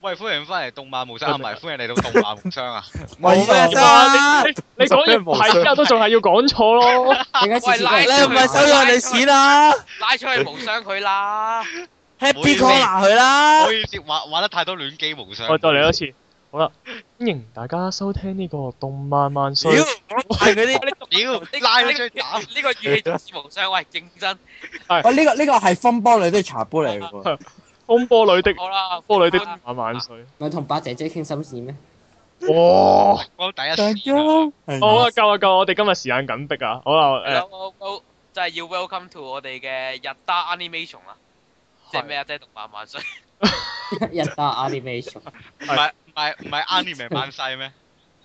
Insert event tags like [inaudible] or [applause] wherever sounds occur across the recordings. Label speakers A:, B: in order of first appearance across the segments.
A: 喂，歡迎翻嚟動漫無雙，唔係歡迎嚟到動漫無雙啊！
B: 哎
C: 冇咩
D: 得啊
B: 你講完係之後都仲係要講錯咯。
D: 點解次次都係
E: 喂
D: 你
E: 拉
D: 唔係收咗人哋錢啦
E: 拉出去無傷佢啦，
D: ？Happy Corner 佢
A: 唔
D: 啦
A: 好，意思，玩玩得太多亂機無雙。
B: 我再嚟多次。好啦，歡迎大家收聽呢個《動漫萬歲
D: 屌，》。係嗰啲。
A: 屌
E: 呢個
A: 拉佢出去
E: [laughs]
A: 打
E: 呢個語氣似無傷。喂，認真
C: 喂，呢個呢個係分幫你都係茶煲嚟嘅喎。
B: 風波裏的
E: 好啦，
B: 波裏的
E: 啊
B: 動漫萬歲。
F: 咪同八姐姐傾心事咩？ [laughs]
B: 哇！
A: 我第一
C: 大
A: 時間
C: 家
B: 好啦，夠啦啊夠啦，我哋今日時間緊迫啊。好啦，
E: 我我就係要 welcome to 我哋嘅日打 animation 啦，即係咩啊？即係動漫萬歲。
F: 日打 animation，
A: 唔係唔係唔係 anime 版細
E: [laughs]
A: 咩？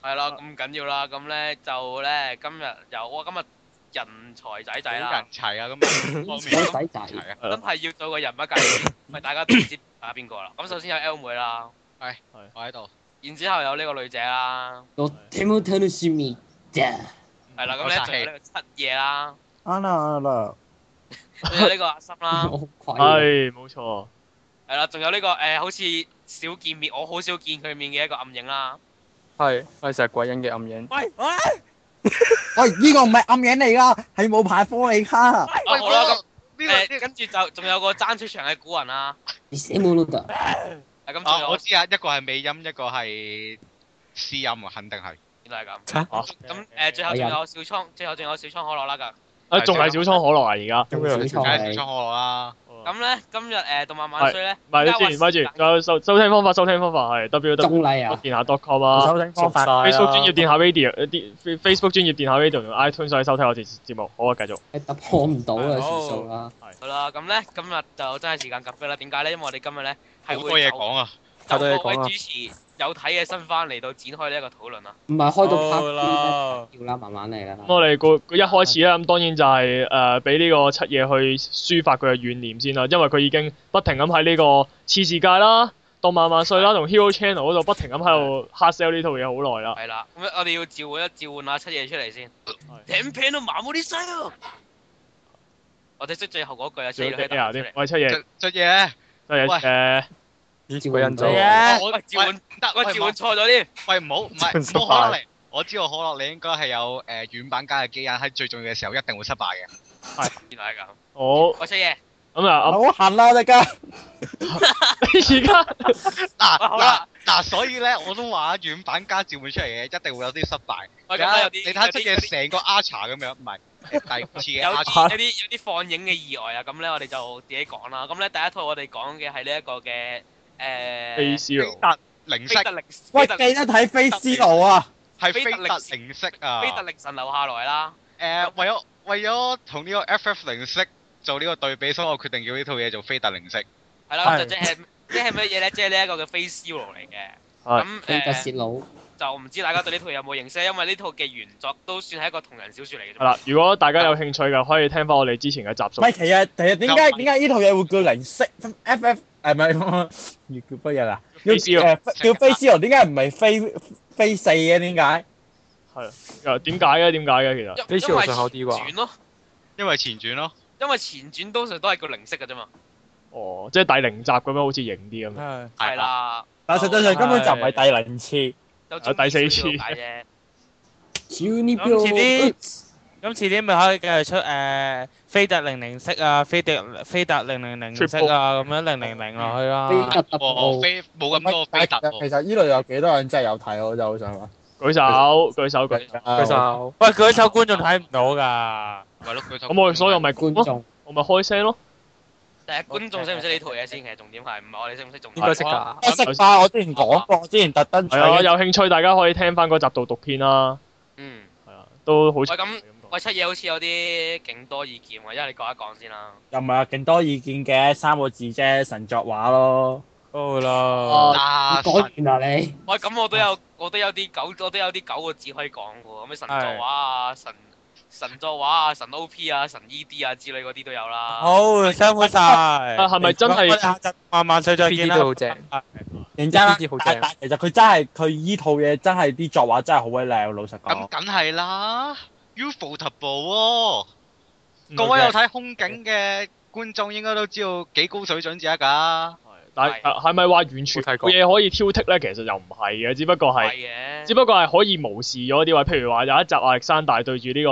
E: 係啦，咁緊要啦，咁咧就咧今日由我今日人才仔仔
A: 好
E: 啦
A: 人，齊啊咁，方面
E: [laughs]
F: 有仔仔，
A: 齊啊！
E: 真係要做個人物介紹，咪大家都唔知打邊個啦。咁首先有 L 妹啦，
A: 我喺度。
E: 然之後有呢個女仔啦，
F: 我天冇聽到書面啫。
E: 係啦，咁咧仲有呢個七夜啦，
C: 啱啦啱啦，
E: 仲有呢個阿心啦。
F: 我
B: 誒
F: 鬼
B: 係冇錯。
E: 係啦，仲有呢、個誒、好似少見面，我好少見佢面嘅一個暗影啦。
D: 係，我係石鬼影嘅暗影。
C: 喂喂，喂呢個唔係暗影嚟噶，係冇牌科嚟噶。
E: 啊好啦，咁
A: 呢
E: 誒、
A: 個呢
E: 跟住就仲有個爭出場嘅古人啦。
F: 你死冇老豆，
E: 係咁，
A: 個
E: 仲
A: 啊，
E: 有
A: 我知啊，一個係美音，一個係私音啊，肯定係。
E: 原來係咁。
B: 啊
E: 咁誒、呃最後仲有小倉，最後仲有小倉可樂啦㗎。
B: 啊，仲係小倉可樂啊！而家
F: 咁
D: 樣
F: 樣
A: 梗係
F: 錯
A: 小
F: 你
A: 倉可樂啦，
B: 咁
E: 咁咧，今日誒、動漫萬歲咧，
B: 唔哦係先，咪住，仲有收收聽方法，收聽方法係 w w
F: 中禮啊！
B: 電下 .com 啊。
C: 聽方法。
B: Facebook 專業電下 radio，呃啲 Facebook 專業電下 radio 同 iTunes 可以收聽我哋節目。好啊，繼續。
F: 你突破唔到啊，算數啦。
E: 好啦，咁咧今日就真係時間緊迫啦。點解咧？因為我哋今日咧
A: 好
E: 係
A: 多
E: 會
A: 嘢
E: 就
A: 講啊！
E: 就
D: 太多嘢
E: 各位
D: 講啦
E: 主持有睇嘅新番嚟到展開呢一個討論啊啦。
F: 唔係開到
D: 好
F: part
D: 啦
F: two 咧，要啦，慢慢嚟啦。
B: 咁我哋個個一開始啦，咁當然就係誒俾呢個七夜去抒發佢嘅怨念先啦，因為佢已經不停咁喺呢個次世界啦、動漫萬歲啦同 Hero Channel 嗰度不停咁喺度 hard sell 呢套嘢好耐啦。
E: 係啦，咁我哋要召喚一召喚阿七夜出嚟
B: 係
E: 先。頂片都麻冇啲聲咯。我哋識最後嗰句啊，七
B: 仲
E: 夜
B: 有
E: 可以
B: 啲
E: 打
B: 啊
E: 出
B: 啲
E: 嚟，。
B: 喂七夜，
A: 出出嘢，
B: 七夜誒，
D: 咦，
F: 照
D: 鬼印
F: 唔到
D: 咗
C: 係
D: 喎。
C: 啊，
E: 我喂，召
A: 喂
E: 喚，
A: 唔得，
E: 喂，
A: 喂
E: 召喚錯咗添。
A: 喂，唔好，唔係
D: 真失敗
A: 唔好可樂嚟。我知道可樂你應該係有誒軟板加嘅基因，喺最重要嘅時候一定會失敗嘅。
E: 原來係咁。
B: 好
E: 我出嘢。
B: 咁啊，阿
C: 好痕啦，大家。
B: 而家
A: 嗱
E: [laughs] 喂
A: 嗱
E: 好啦
A: 嗱，所以咧我都話啊軟板加召喚出嚟嘅一定會有啲失敗。
E: 喂，
A: 你睇
E: 咁咧
A: 下
E: 有啲
A: 你睇下出
E: 有
A: 嘢
E: 啲
A: 成個阿查咁樣，唔係誒第
E: 有
A: 次嘅啊阿查
E: 啲有啲有啲放映嘅意外啊。咁咧我哋就自己講啦。咁咧第一套我哋講嘅係呢一個嘅
B: A
E: 誒。
B: Zero
A: 零式
E: 菲特力
C: 喂，
E: 菲特
C: 記得睇菲斯奴啊！
A: 係非特零式啊！
E: 菲特力神留下來啦。
A: 誒為咗為咗同呢個 FF 零式做呢個對比，所以我決定要呢套嘢做非特零式。
E: 係啦，咁就
C: 係
E: 即係即係乜嘢咧？即係呢一個嘅飛燒龍嚟嘅。
B: 係
E: 咁
F: 你就
E: 誒，
F: 蝕佬，
E: 就唔知大家對呢套有冇認識，因為呢套嘅原作都算係一個同人小說嚟嘅啫
B: 係
E: 嘛。
B: 啦，如果大家有興趣嘅，可以聽翻我哋之前嘅集數。
C: 咪其實其實點解點解呢套嘢會叫零式 FF 誒唔係要叫乜嘢啦？要
B: 菲斯奴
C: 誒叫菲斯奴，點解唔係菲菲四嘅？點解？
B: 係點解嘅？點解嘅？其實
E: 因
D: 飛
E: 因
D: 燒
E: 為
D: 龍上口啲
E: 前
D: 啩
E: 傳咯，
A: 因為前傳咯，
E: 因為前傳通常都係叫零式嘅啫嘛。
B: 哦，即係第零集咁樣，好似型啲咁樣。
G: Dạ.
D: 係。
E: 係啦，
C: 但實
A: 啊
C: 際上根本就唔係第零次。
E: 就
B: 啊第四次
E: 中意少少了解
F: 小呢
G: 咁遲啲
F: 邊
G: 咁遲啲咪可以繼續出誒飛達零零式啊，飛達飛達零零零式啊，咁樣零零零落去
F: 飛
G: 啦。
F: 特
B: 啊
F: 特
A: 哦，
F: 步，
A: 非冇咁多非特
C: 但其實呢度有幾多人真係有睇，我就好想話。
B: 舉手，舉手，舉手。
D: 佢
C: 其
D: 就
G: 喂，舉手觀眾睇唔到
C: 啊
G: 㗎。
A: 係咯，佢
B: 咁我所以我咪
F: 觀
B: 咯
F: 眾
B: 我咪開聲咯。
E: 嘅。誒，觀眾識唔識呢套嘢先？其實重點係唔係我哋識唔識重
D: 應
G: Ờ.
E: 點？
D: 該識㗎。
C: 我識吧，我之前講過，我之前特登
B: 係啊，有興趣大家可以聽翻嗰集導讀篇啦。
E: 嗯，
B: 係啊，都好。
E: 喂咁喂，七嘢好似有啲勁多意見喎，因為你講一講先啦。
C: 又唔係話勁多意見嘅，三個字啫，神作畫咯。
G: 好
A: 嗱
G: 啦。
F: 你講完啦你，
E: 喂，咁我都有我都有啲九我都有啲九個字可以講嘅喎，咩神作畫啊、神神作畫啊、神 O.P. 啊、神 E.D. 啊之類嗰啲都有啦。
G: 好，辛苦晒。
B: 啊，係咪真
G: 我哋
B: 係
G: 下集萬萬歲再見
D: 3D 都
G: 啦。
D: 好正。
C: 認真啦
D: 呢啲好，
C: 但
D: 正
C: 但其實佢真係佢依套嘢真係啲作畫真係好鬼靚，老實
B: 哦
A: 咁
C: 講。
A: 梗係啦，UFO 特步喎，
G: Ừ.
B: 嗯
A: 各位有睇空警嘅觀眾應該都知道幾高水準至得㗎。
B: 但係
E: 係
B: 係咪話完全
D: 冇睇
B: 冇
D: 過
B: 嘢可以挑剔咧？其實又唔係嘅，只不過係
E: 係嘅，
B: 只不過係可以無視咗啲位，譬如話有一集亞歷山大對住呢、個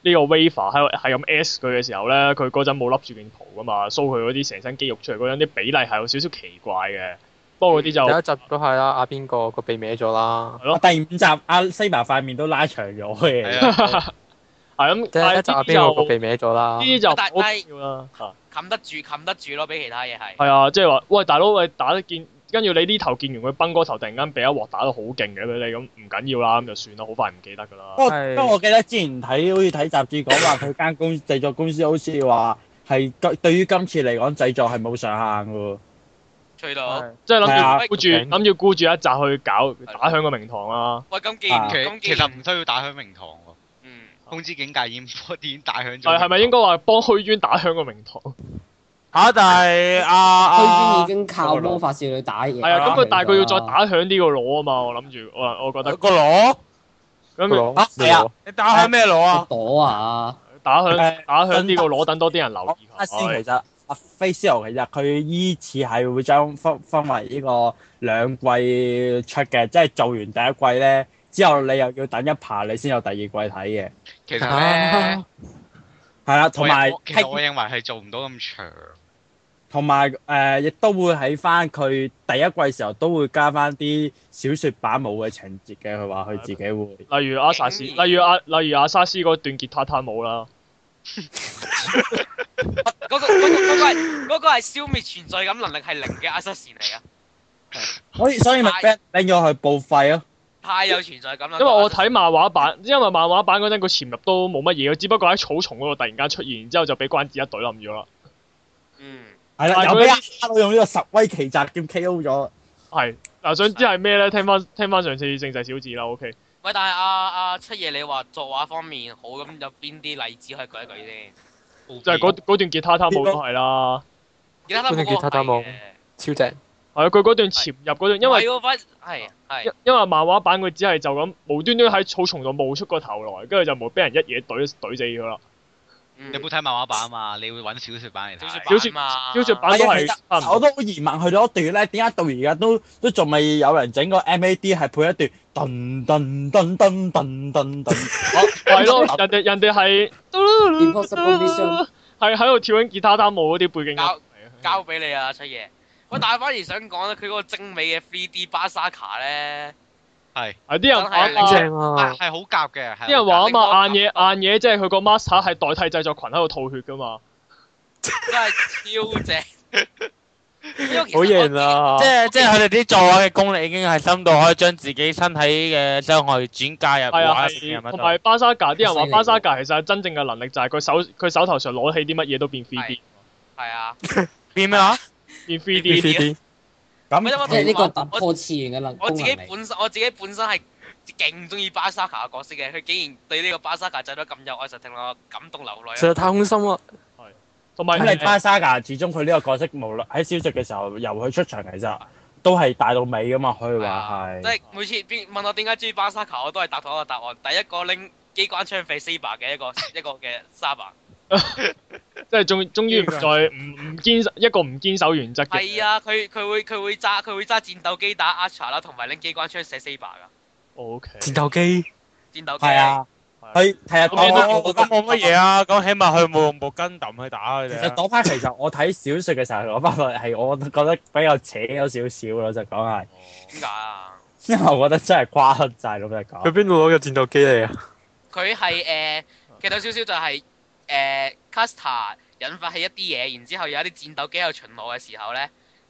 B: 呢、個 Wafer 喺度係咁 S 佢嘅時候咧，佢嗰陣冇笠住件袍噶嘛，show 佢嗰啲成身肌肉出嚟嗰陣啲比例係有少少奇怪嘅。不過嗰啲就
D: 有一集都係啦，阿邊個個鼻歪咗啦，
B: 咯
C: 第五集阿西麻塊面都拉長咗
B: [laughs]
C: 嘅，
A: 係啊，
B: 係咁，
D: 即係一集
B: 但
D: 阿
B: 係
D: 邊個個
B: 呢
D: 鼻歪咗啦
B: 啲就呢。啲就
E: 但
B: 唔好
E: 但係
B: 緊要啦。啊
E: 冚得住冚得住咯，比其他嘢係。
B: 係啊，即係話喂大佬，喂打得見，跟住你呢頭見完佢崩嗰頭，突然間俾一鑊打得好勁嘅俾你，咁唔緊要啦，咁就算啦，好快唔記得㗎
C: 不
B: 啦。
C: 過
D: 係
C: 不過我記得之前睇好似睇雜誌講話佢間公製作公司好似話係對於今次嚟講製作係冇上限嘅喎。
E: 吹到。
B: 即係
C: 係啊
B: 諗住顧住諗住顧住一扎去搞打響個名堂啦。
E: 喂，咁既
C: 啊
E: 然咁
A: 其
E: 既
A: 其實
E: 然
A: 唔需要打響名堂喎，
E: 嗯，
A: 空之境界已經已經打響咗。
B: 係係咪應該話幫虛淵打響個名堂？
C: 嗯
G: 嚇，但係阿
F: 佢已
G: 阿
F: 經靠魔法少女打嘢。
B: 係啊，咁佢但係佢要再
F: 打。
B: 打響呢個攞啊嘛，我諗住我我覺
C: 哎
B: 得
G: 個螺，
B: 咁
G: Ờ,
C: 啊係啊
G: 你打下咩螺啊？
F: 朵啊，
B: 打響
C: 誒
B: 打響呢個攞，等多啲人留
C: 我
B: 意
C: 阿先
B: 佢。
C: 其實阿菲斯羅其實佢依次係會將分分為呢個兩季出嘅，即係做完第一季咧之後，你又要等一排你先有第二季睇嘅。
A: 其
E: 啊
A: 實咧，
B: 啊
C: 係啦，同埋
A: 我其實我認為係做唔到咁長。
C: 同埋誒，亦都會喺翻佢第一季時候都會加翻啲小説版冇嘅情節嘅。佢話佢自己會。
B: 例如阿薩斯，
C: 嗯
E: 竟然
B: 例如阿例如阿沙斯嗰段吉他他舞啦，
E: 嗰個嗰個嗰個係嗰個係消滅存在感能力係零嘅阿瑟善嚟啊！
C: 所以所以咪
E: 但
C: ban 拎咗去報廢咯。
E: 太有存在感啦。
B: 因為我
E: 嗰個
B: 睇漫畫版，因為漫畫版嗰陣佢潛入都冇乜嘢，只不過喺草叢嗰度突然間出現，然之後就俾關子一隊冧咗啦。
E: 嗯，
C: 係啦，
B: 但係
C: 又
B: 佢
C: 俾阿哈佬用呢個十威奇襲劍 K.O. 咗。
B: 係嗱，想知係咩咧？聽翻聽翻上次正世小子啦，OK。
E: 喂，但係阿阿七爺，你話作畫方面好，咁有邊啲例子可以舉一舉先？
B: 就係嗰嗰段吉他他舞都係啦，
E: 其他都
D: 嗰
E: 冇
D: 段叫
E: 嗰個
D: 他他
E: 係
D: 舞
E: 嘅，
G: 超正。
B: 係啊，佢嗰段潛入嗰段，因
E: 因
B: 為
E: 為嗰番係係
B: 因因為漫畫版佢只係就咁無端端喺草叢度冒出個頭來，跟住就冇俾人一嘢懟懟死咗啦。
E: 嗯
A: 你冇睇漫畫版啊嘛？你會揾小説版嚟
E: 小
A: 睇。
E: 説版嘛，
B: 小説版都
C: 係啊，
B: 係
C: 其實
B: 差唔
C: 我
B: 多
C: 都好疑問去到一段咧，點解到而家都都仲未有人整個 MAD 係配一段噔噔噔噔噔噔噔，
B: 啊係咯，人哋人哋係
F: Impossible Mission
B: 係喺度跳緊吉他單舞嗰啲背景音。
E: 交交俾你啊，七爺。喂，但係反而想講咧，佢嗰個精美嘅 3D 巴沙卡咧，
B: 係啲人
E: 真
B: 話啊
E: 係
G: 正
A: 係
G: 啊！
A: 係好夾嘅，係
B: 啲人話啊嘛，
E: 另
B: 硬
E: 外
B: 嘢硬嘢，即係佢個 master 係代替製作群喺度吐血噶嘛。
E: 真係
B: [laughs]
E: 超正。因為其實
D: 好
E: 我
D: 型啊！
G: 即係即係佢哋啲作畫嘅功力已經係深到可以將自己身體嘅傷害轉嫁入
B: 係啊，
G: 畫入面嘅
B: 係
G: 人物
B: 同
G: 度。
B: 埋巴沙格啲人話
F: 好犀利
B: 巴沙格其實係真正嘅能力就係佢手佢手頭上攞起啲乜嘢都變 3D
E: 係啊，
G: 變咩話？
B: 變
E: 變
B: 3D
E: 我
C: 咁
F: 即係呢個突破次元嘅能
E: 我自
F: 功能
E: 己
F: 嚟。
E: 本身我自己本身係勁中意巴沙卡嘅角色嘅，佢竟然對呢個巴沙卡仔都咁有愛，實令我感動流
G: 實
E: 淚
G: 在
E: 啊！
G: 太空心啦！
B: 同埋
C: 咁你巴沙噶，始終佢呢個角色無論喺小説嘅時候由佢出場，其實都係大到尾噶嘛，可以
E: 係啊
C: 話
E: 即
C: 係。
E: 係每次邊問我點解中意巴沙卡，我都係答同一個答案。第一個拎機關槍費 Saber 嘅一
C: [laughs]
E: 個一個嘅 Saber，
B: 即係終終於唔再唔唔堅一個唔堅守原則嘅。
E: 係啊，佢佢會佢會揸佢會揸戰鬥機打 Archer 啦，同埋拎機關槍射 Saber 噶
B: O K。
G: 戰鬥機
E: 戰鬥機。
C: 係，啊，佢係啊，
B: 咁
C: 當
B: 你都
C: 我
G: 咁咁冇乜嘢啊！咁起碼佢冇用部筋揼去打佢
C: 其
G: 哋
C: 實
G: 啊。
C: 嗰 part 其實我睇小説嘅時候，嗰 part 係我覺得比較扯咗少少咯，老實講 [laughs] 係，
E: 點解啊？
C: 因為我覺得真係誇張曬，老實講。
G: 邊度攞嘅戰鬥機嚟啊？
E: 佢係誒，其實有少少就係、誒、Custer 引發起一啲嘢，然之後有一啲戰鬥機喺度巡邏嘅時候咧，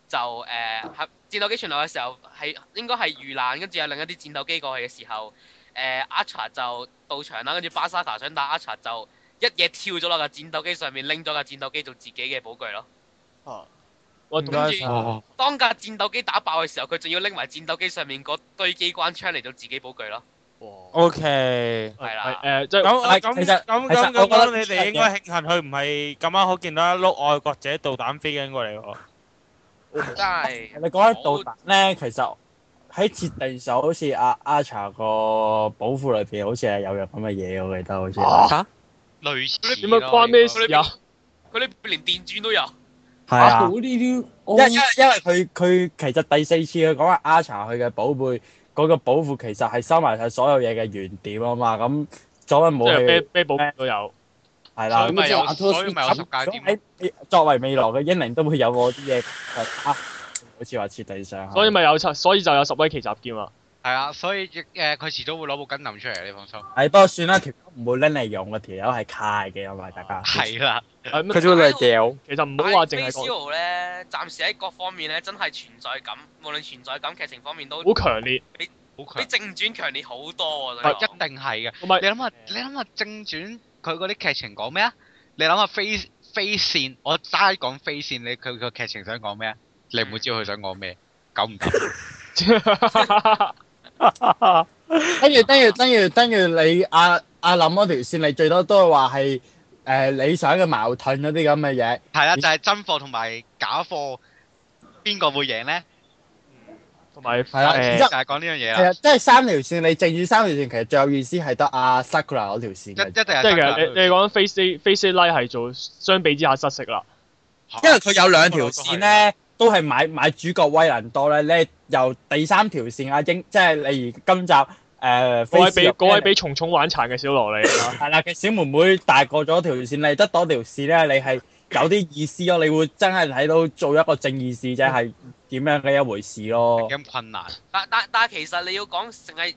E: 就誒、合戰鬥機巡邏嘅時候係應該係遇難，跟住有另一啲戰鬥機過去嘅時候，誒、Archer 就到場啦，跟住巴沙卡想打 Archer 就一嘢跳咗落架戰鬥機上面，拎咗架戰鬥機做自己嘅寶具咯。
B: 我
E: 跟
B: 同
E: 住
G: 哦，
E: 當架戰鬥機打爆嘅時候，佢仲要拎埋戰鬥機上面嗰堆機關槍嚟做自己寶具咯。哦
G: O K。
E: 係啦
B: 誒，即係
G: 咁
C: 係
G: 咁
C: 其實
G: 咁
C: 其實
G: 咁
C: 我
G: 咁
C: 覺得
G: 咁，你哋應該慶幸佢唔係咁啱好見到一碌外國者導彈飛緊過嚟喎。
E: 真係
C: 你講起導彈咧，其實喺設定上好似阿阿查個寶庫裏邊，好似係有樣咁嘅嘢，我記得
D: 啊
C: 好似係。
A: 類似咯。
B: 點樣關咩事
A: 應該
B: 啊？
E: 佢哋連電鑽都有。
C: 係
F: 阿寶
C: 啊
F: 呢，啲，
C: 因
F: 我
C: 因因為佢佢其實第四次佢講話阿查佢嘅寶貝嗰個寶庫其實係收埋晒所有嘢嘅原點啊嘛，咁佐敦
B: 即
C: 冇
B: 係咩
C: 去
B: 咩寶貝都有。
C: 係啦
A: 所以
F: 咁。
A: 咪
F: 即係
A: 有，
F: 話
A: 所以咪有十戒
C: 咁
A: 點咯。
C: 喺作為未來嘅英靈都會有我啲嘢 [laughs] 啊，好似話徹底上。
B: 所以咪有七，所以就有十威奇襲劍啊！
A: 係啊，所以亦誒佢遲早會攞部筋抌出嚟，你放心。
C: 係不過算啦，條友唔會拎嚟用嘅，條友係卡嘅，因為大家。
A: 係啦，
B: 係
D: 佢
B: 咩？
D: 仲要你掉，
B: 其實唔
E: 唔
B: 好話淨係講
E: Zero 咧，暫時喺各方面咧真係存在感，無論存在感、劇情方面都
B: 好強烈，
A: 好
E: 比
A: 強，
E: 正傳強烈好多啊！
A: 一
E: 對我
A: 定係嘅。[laughs]
B: 同埋 [laughs]
A: 你諗下，你諗下正傳佢嗰啲劇情講咩啊？你諗下飛飛線，我齋講飛線，你佢個劇情想講咩啊？你唔會知道佢想講咩，搞唔掂。
C: 跟住，跟住，跟住，跟住，你阿阿諗嗰條線，你最多都係話係誒理想嘅矛盾嗰啲咁嘅嘢。
A: 係啦，就係真貨同埋假貨，邊個會贏咧？
B: 同埋呃
C: 係啦，
A: 就
C: 然
A: 係
C: 之後
A: 就係講呢樣嘢
C: 其
A: 啦。
C: 實即係三條線，你正與三條線其實最有意思係得阿 Sakura 嗰條
A: 一
C: 線
A: 一定
C: 嘅，
A: 係
B: 即係
A: 真
B: 其
C: 啊
A: 㗎
B: 實你你講 face A- face A line 係做相比之下失色啦，
C: 因為佢有兩條線咧，都係買買主角威能多咧。你由第三條線阿英，即係例如今集誒，
B: 嗰位
C: 飛
B: 俾嗰位俾蟲蟲玩殘嘅小羅莉啊，
C: 係啦嘅小妹妹大個咗條線，你得多條線咧，你係有啲意思咯。你會真係睇到做一個正義使者係點樣嘅一回事咯。
A: 咁困難。
E: 但但但係其實你要講淨係誒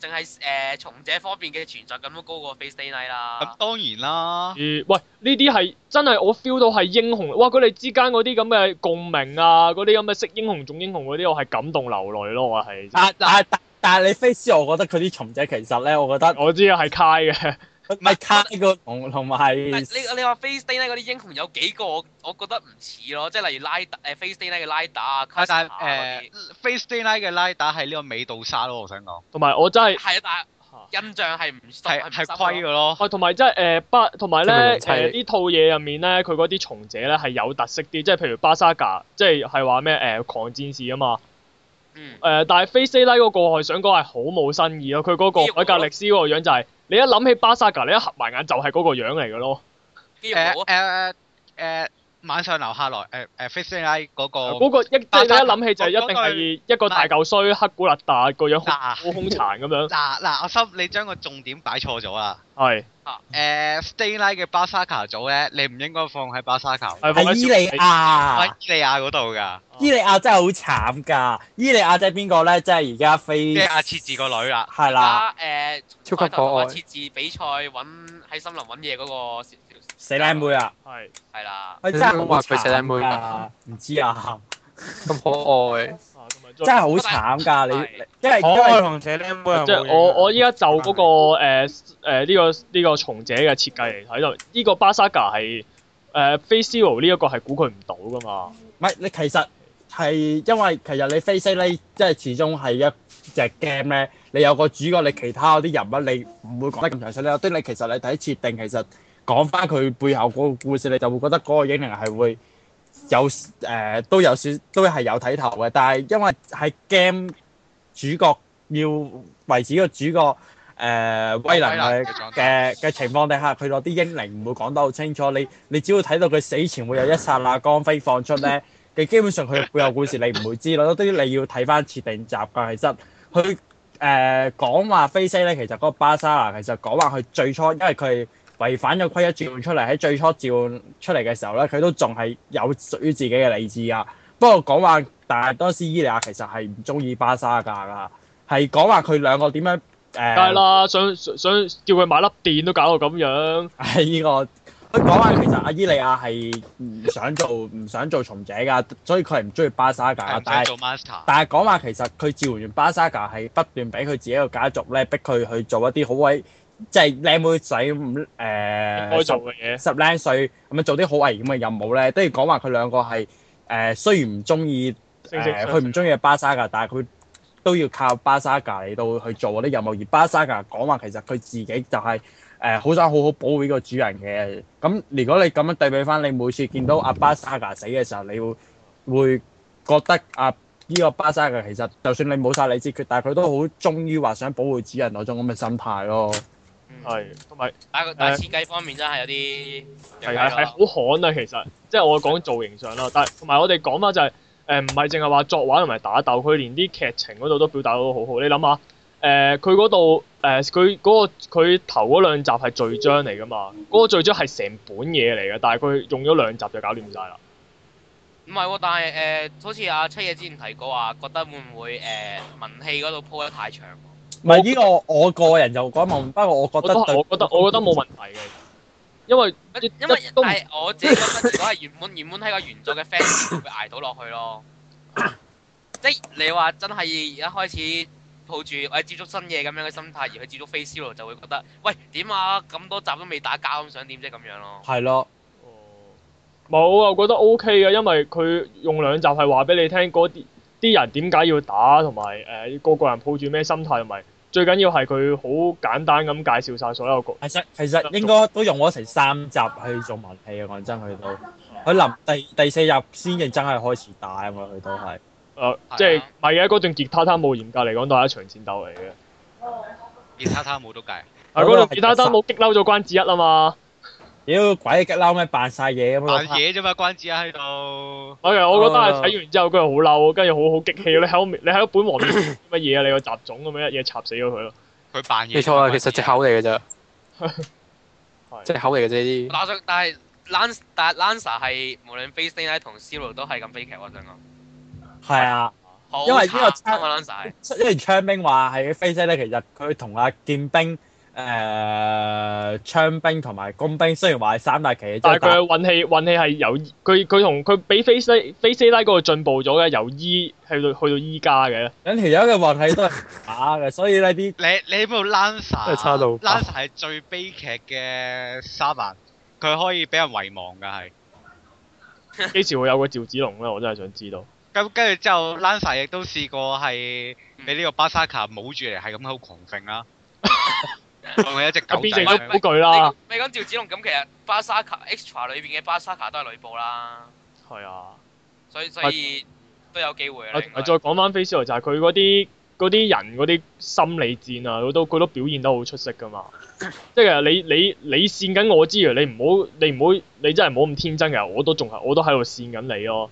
E: 淨係誒從者方面嘅存在感都高過 Face Day Night 啦
A: 咁。當然啦，
B: 咦喂呢啲係真係我 feel 到係英雄，哇！佢哋之間嗰啲咁嘅共鳴啊，嗰啲咁嘅識英雄重英雄嗰啲，我係感動流淚咯，我係。
C: 但但但但係你 face，我覺得佢啲蟲仔其實咧，我覺得
B: 我知啊，係 Kai 嘅，
C: 唔係卡呢個同同埋
E: 但係你你話 Face Day Night 嗰啲英雄有幾個我我覺得唔似咯，即係例如拉誒 Face Day Night 嘅拉打啊，卡
A: 但
E: 斯塔
A: 係
E: 嗰
A: 誒
E: 啲
A: Face Day Night 嘅拉打係呢個美杜莎咯，我想講
B: 同埋我真係
E: 係啊，但係印象係唔啊
A: 係係虧嘅咯。
B: 喂，同埋即係誒巴，同埋
D: 即係咪
B: 咧
D: 人妻
B: 誒呢呃套嘢入面咧，佢嗰啲從者咧係有特色啲，即係譬如巴沙格，即係係話咩誒狂戰士啊嘛，誒、
E: 嗯，
B: 但係 Face a 拉嗰個我係想講係好冇新意咯，佢嗰個海格力斯嗰個樣就係、你一諗起巴沙格，你一合埋眼就係嗰個樣嚟嘅咯，
E: 肌肉佬
A: 誒誒誒，晚上留下來誒誒 Face Day Night 嗰
B: 嗰、
A: 個
B: 個一即哦係
A: 巴
B: 你
A: 沙格
B: 一諗起就係一定係一個大嚿衰黑古勒達個樣好
A: 嗱
B: 好兇殘咁樣，
A: 嗱嗱，我心你將個重點擺錯咗啦。
B: 係
D: 嗯
A: 誒 Stay Night 嘅巴沙卡組咧，你唔應該放喺巴沙卡，
D: 啊
B: 係放
C: 係啊
B: 喺
C: 伊
B: 小
C: 利亞
A: 喺。伊利亞嗰度㗎。
C: 伊利亞真係好慘㗎！伊利亞即係邊個咧？即係而家飛
A: 即係
E: 啊
A: 阿設置個女啦，
C: 係啦，
E: 打誒
D: 超級可愛
E: 設置比賽揾喺森林揾嘢嗰個小小
C: 死靚妹啊！
B: 係
E: 係啦，
C: 佢真係
D: 你想
C: 好
D: 話
C: 慘
D: 佢死靚妹
C: 㗎，唔知啊，
D: 咁可愛。
B: 啊同埋再
C: 真係好慘㗎！你因為因
G: 可愛
C: 為
G: 同姐靚妹係
B: 即係
G: 冇嘢啊
B: 我
G: 㗎
B: 我依家就嗰、個誒誒呢個呢、個從者嘅設計嚟睇就，呢、個巴沙格係誒 Face Zero 呢一個係估佢唔到噶嘛。
C: 唔係你其實係因為其實你飛西咧，即係始終係一隻 game 咧，你有個主角，你其他嗰啲人物你唔會講得咁詳細咧。啲你其實你睇設定，其實講翻佢背後嗰個故事，你就會覺得嗰個英靈係會。有誒、呃都有少都係有睇頭嘅，但係因為喺 game 主角要維持個主角誒、呃威能
A: 威能
C: 嘅
A: 嘅狀態
C: 嘅嘅情況底下，佢攞啲英靈唔會講得好清楚。你你只要睇到佢死前會有一剎那光輝放出咧，你基本上佢背後故事你唔會知咯。都要你要睇翻設定集㗎。其實佢誒講話飛西咧，其實嗰個巴沙拿其實講話佢最初因為佢係違反咗規一召出嚟，喺最初召出嚟嘅時候咧，佢都仲係有屬於自己嘅理智噶。不過講話，但係當時伊利亞其實係唔中意巴沙噶
A: 嗯
C: 㗎，係講話佢兩個點樣
B: 梗係
C: 誒
B: 啦，想想想叫佢買粒電都搞到咁樣，
C: 喺呢個佢講話其實阿伊利亞係唔想做唔想做從者㗎，所以佢係唔中意巴沙
D: 啊
A: 係
C: 㗎
A: 唔。
C: 但
A: 想
C: 係
A: 做 master。
C: 但係講話其實佢召喚完巴沙噶係不斷俾佢自己個家族咧逼佢去做一啲好鬼即係靚妹仔咁
B: 應
C: 誒
B: 該做嘅嘢。
C: 十零歲咁樣做啲好危險嘅任務咧，都要講話佢兩個係誒、呃、雖呃然唔中意
B: 星星
C: 誒佢唔中意巴沙噶，但係佢都要靠巴沙噶嚟到去做嗰啲任務。而巴沙噶講話其實佢自己就係誒好想好好保護呢個主人嘅。咁如果你咁樣對比翻，你每次見到阿巴沙噶死嘅時候，你會會覺得啊呢、個巴沙噶其實就算你冇晒理智決，但係佢都好忠於話想保護主人嗰種咁嘅心態咯。
E: 嗯
B: 係同埋
E: 但係但係設計方面真係有啲
B: 係係係好罕啊，其實即係我講造型上啦，但係同埋我哋講翻就係誒唔係淨係話作畫同埋打鬥，佢連啲劇情嗰度都表達到好好。你諗下誒，佢嗰度誒佢嗰個佢頭嗰兩集係序章嚟噶嘛，嗰、個序章係成本嘢嚟嘅，但係佢用咗兩集就搞掂晒啦。
E: 唔係喎，但係誒、呃好似阿七嘢之前提過話，覺得會唔會誒、呃文戲嗰度鋪得太長喎？
C: 唔係呢個我個人就講問，不過我覺
B: 我都
C: 得
B: 我覺得我覺得冇問題嘅，因為
E: 因因為
B: 一都
E: 但
B: 唔
E: 係我自己覺得，如果係原本原本喺個原作嘅 fans 會捱到落去咯。即係你話真係而家開始抱住我接觸新嘢咁樣嘅心態，而去接觸 Face Zero 就會覺得，喂點啊咁多集都未打交，咁想點啫咁樣咯。
C: 係咯，
B: 冇哦啊，我覺得 O K 嘅，因為佢用兩集係話俾你聽嗰啲啲人點解要打，同埋誒個個人抱住咩心態，同埋最緊要係佢好簡單咁介紹晒所有個。
C: 其實其實應該都用咗成三集去做文戲嘅，講真去到佢臨第第四集先至真係開始打啊嘛，佢都係。
B: 誒、
A: 啊
B: 呃即係唔係嘅嗰段吉他他冇嚴格嚟講都係一啊場戰鬥嚟嘅。
A: 而他他冇得計。
B: 係嗰度吉他他冇激嬲咗關子一啊嘛。
C: 屌鬼激嬲咩扮晒嘢咁
A: 扮
C: 樣，
A: 嘢啫嘛，關子啊喺度。
B: 我其實哎我覺得係睇完之後，佢係好嬲，跟住好好激氣。你喺我面你喺本王面 [coughs] 前做乜嘢啊？你個雜種咁樣一嘢插死咗佢咯。
A: 佢扮嘢。
D: 你錯啊啦，其實隻
A: 直
D: 口嚟嘅咋，隻
B: 係
D: 口嚟嘅啫呢啲。
E: 打上但係 Lans 但係 Lancer 係無論 Face Day 同 Zero 都係咁悲劇，我想講。
C: 係啊，
E: 好
C: 因為呢個
E: 慘
C: 差
E: 啊 Lancer 係
C: 因為槍兵話係飛西咧，其實佢同阿劍兵、誒、槍兵同埋工兵雖然話係三大旗，
B: 但係佢嘅運氣運氣係由佢佢同佢比 Face Lay- Face 拉嗰個進步咗嘅，由 E 去到去到依家嘅。
C: 兩條友嘅運氣都係打嘅，所以
A: [laughs]
C: 呢啲
A: 你你喺度 Lancer？啊
D: 真係差到
A: Lancer 係最悲劇嘅沙文，佢可以俾人遺忘㗎係。
B: 幾時會有個趙子龍咧？我真係
A: [laughs]
B: 想知道。
A: 咁跟住之後，Lancer 亦都試過係俾呢個巴沙卡冇住嚟，係咁喺度狂揈啦。同埋一隻
B: 阿
A: 狗仔
B: 邊正
A: 咁樣
B: 嗰句啦
C: 啊
E: 你，你講趙子龍咁，其實巴沙卡 Extra 裏邊嘅巴沙卡都係呂布啦，
B: 係啊。
E: 所以所以都有機會
B: 啊
E: 啦。應該
B: 啊再講翻 Face 就係佢嗰啲嗰啲人嗰啲心理戰啊，佢都佢都表現得好出色噶嘛。即係你你你扇緊我之餘，你唔好你唔好你真係唔好咁天真嘅，我都仲係我都喺度扇緊你咯。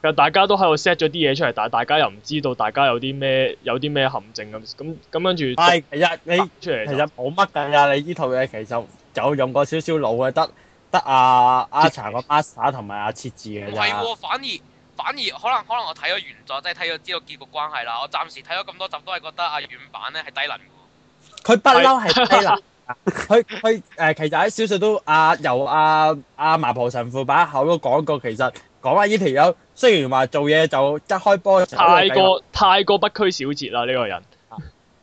B: 其實大家都喺度 set 咗啲嘢出嚟，但係大家又唔知道大家有啲咩有啲咩陷阱咁咁咁跟住
C: 係其實你
B: 出嚟
C: 其
B: 就
C: 實冇乜㗎呀，你呢套嘢其實有用過少少腦嘅，得得阿阿查個 master 同埋阿設置嘅
E: 唔係
C: 咋。
E: 喎，反而反而可能可能我睇咗原作，即係睇咗知道結局關係啦。我暫時睇咗咁多集都係覺得阿原版咧係低能嘅
C: 佢
E: 喎。
C: 不嬲係低能。啊佢佢誒其實喺小説都啊由阿阿麻婆神父把口都講過，其實講話呢條友雖然話做嘢就一開波就
B: 太過太過不拘小節啦呢個人。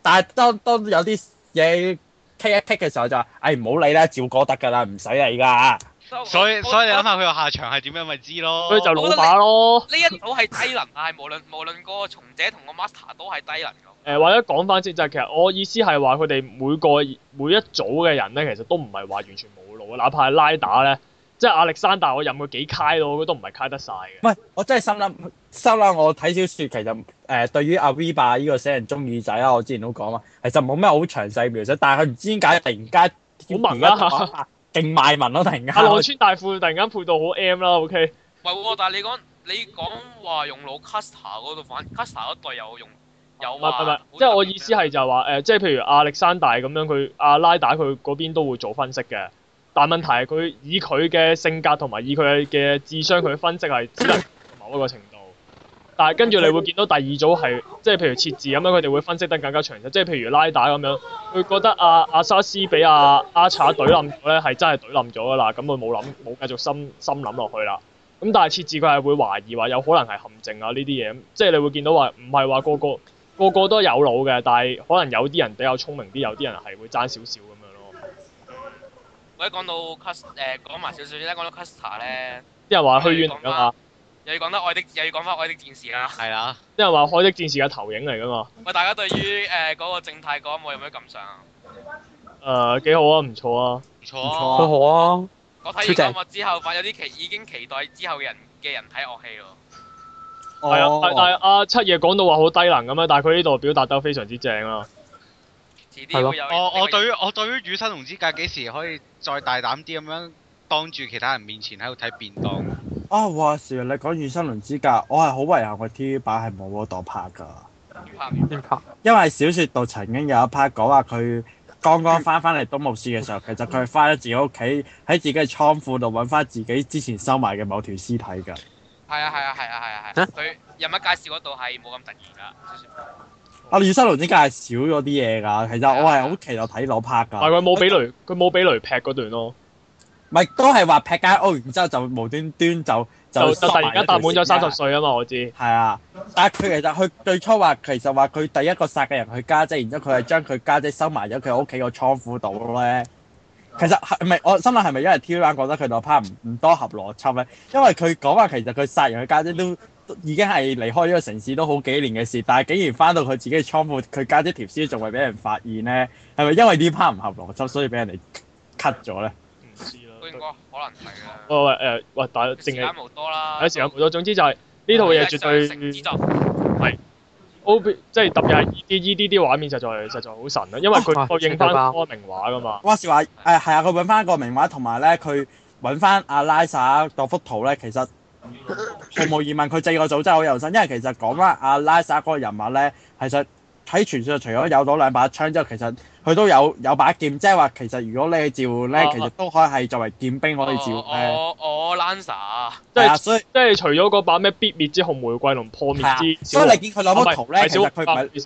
C: 但係當當有啲嘢棘一棘嘅時候就話：，誒唔好理啦，照過得㗎啦，唔使理㗎。
A: 所以
E: 我
A: 所以你
E: 我
A: 諗下佢個下場係點樣咪知咯。
B: 所以就老馬咯。
E: 呢一組係低能，但係無論無論個從者同個 master 都係低能嘅。
B: 誒、呃或者講翻先，就係、其實我意思係話佢哋每個每一組嘅人咧，其實都唔係話完全冇腦嘅，哪怕係拉打咧，即係亞歷山大我任佢幾揩咯，我覺得都唔係揩得晒嘅。
C: 唔係，我真係心諗心諗，我睇小説其實誒、對於阿 V 霸呢個死人中意仔啊，我之前都講話，其實冇咩好詳細描寫，但係佢唔知點解突然間
B: 好文啦
C: 啊，勁賣文咯，突然間。
B: 阿羅村大富突然間配到好 M 啦，OK，
E: 唔係喎，但係你講你講話用腦 caster 嗰度反 caster 嗰對有用有啊
B: 唔係唔係唔
E: 話
B: 係，，即係我意思係就係話誒，即係譬如亞歷山大咁樣，佢阿拉打佢嗰邊都會做分析嘅，但問題係佢以佢嘅性格同埋以佢嘅智商，佢分析係只能某一個程度。但係跟住你會見到第二組係即係譬如設置咁樣，佢哋會分析得更加詳細。即係譬如拉打咁樣，佢覺得阿阿沙斯俾阿阿查懟冧咗咧，係真係懟冧咗噶啦。咁佢冇諗冇繼續深深諗落去啦。咁但係設置佢係會懷疑話有可能係陷阱啊呢啲嘢，即係你會見到話唔係話個個個個都有腦嘅，但係可能有啲人比較聰明啲，有啲人係會爭少少咁樣咯。
E: 或者講到 cast 誒講埋少少先啦，講到 caster 咧，
B: 啲人話啊虛淵嚟噶嘛，
E: 又要講得愛的又要講翻愛的戰士啦。
A: 係啦。
B: 啲人話海的戰士嘅投影嚟噶嘛，
E: 喂，大家對於誒嗰個正太嗰一幕有咩感想啊？
B: 誒、幾好啊，唔錯啊。
A: 唔
C: 唔
A: 錯啊。
C: 錯
D: 好
C: 啊
D: 好啊，
E: 我睇完嗰幕之後，發有啲期已經期待之後嘅人嘅人睇樂器咯。
B: 係啊，但但係
C: 哦，
B: 啊阿七爺講到話好低能咁樣，但係佢呢度表達得非常之正啦。係
E: 遲啲
B: 咯
E: 會有
A: 我我
E: 呢個
A: 對於我對於與新同之界幾時可以再大膽啲咁樣當住其他人面前喺度睇便當？
C: 啊，話時你講羽生輪之格，我係好遺憾個 TV 版係冇嗰度拍㗎，
E: 拍完
B: 點拍？
C: 因為小説度曾經有一 part 講話佢剛剛翻返嚟東木市嘅時候，其實佢係翻咗自己屋企喺自己嘅倉庫度揾翻自己之前收埋嘅某條屍體㗎。
E: 係啊係啊係啊係啊係啊！佢人物介紹嗰度係冇咁突然㗎，小說
C: 啊，羽生輪之格係少咗啲嘢㗎，其實我係好期待睇攞拍
B: 但啊係
C: 㗎，
B: 佢冇俾雷，佢冇俾雷劈嗰段咯，
C: 咪都係話劈間屋，然之後就無端端就
B: 就就突然間達滿咗三十
C: 歲。
B: 歲啊嘛，我知。
C: 係啊，但係佢其實佢最初話其實話佢第一個殺嘅人佢家姐，然之後佢係將佢家姐收埋咗佢屋企個倉庫度咧。其實係咪我心諗係咪因為 TV 版覺得佢落 part 唔唔多合邏輯咧？因為佢講話其實佢殺人佢家姐都都已經係離開呢個城市都好幾年嘅事，但係竟然翻到佢自己嘅倉庫，佢家姐條屍仲未俾人發現咧，係咪因為呢 part 唔合邏輯，所以俾人哋 cut 咗咧？
B: 唔知啦
E: 都應該可能係㗎。
B: 喂喂誒，喂，但係
E: 時
B: 哦淨係
E: 間無多啦。
B: 有時間冇咗。總之就係呢套嘢絕
E: 都係上乘之
B: 對
E: 作
B: O B，即係特別係呢啲呢啲啲畫面實在實在好神啊，因為佢
D: 哇
B: 確認翻嗰個名畫噶嘛。
C: 話時話誒係啊，佢揾翻個名畫，同埋咧佢揾翻阿拉薩嗰幅圖咧，其實毫無疑問佢製個組真係好有心，因為其實講翻阿拉薩嗰個人物咧，其實喺傳說除咗有到兩把槍之後，其實佢都有有把劍，即係話其實如果你去召喚咧
B: 哦，
C: 其實都可以係作為劍兵可以召
E: 哦
C: 喚咧。
E: 哦哦，Lancer，
B: 即
C: 係
B: 係
C: 啊，所以
B: 即係除咗嗰把咩必滅之紅玫瑰同破
C: 係啊
B: 滅之，小
C: 所以你見佢
B: 啊
C: 攞
B: 唔係
C: 幅圖咧，
B: 係
C: 其
B: 小
C: 實佢唔
B: 啊
C: 係。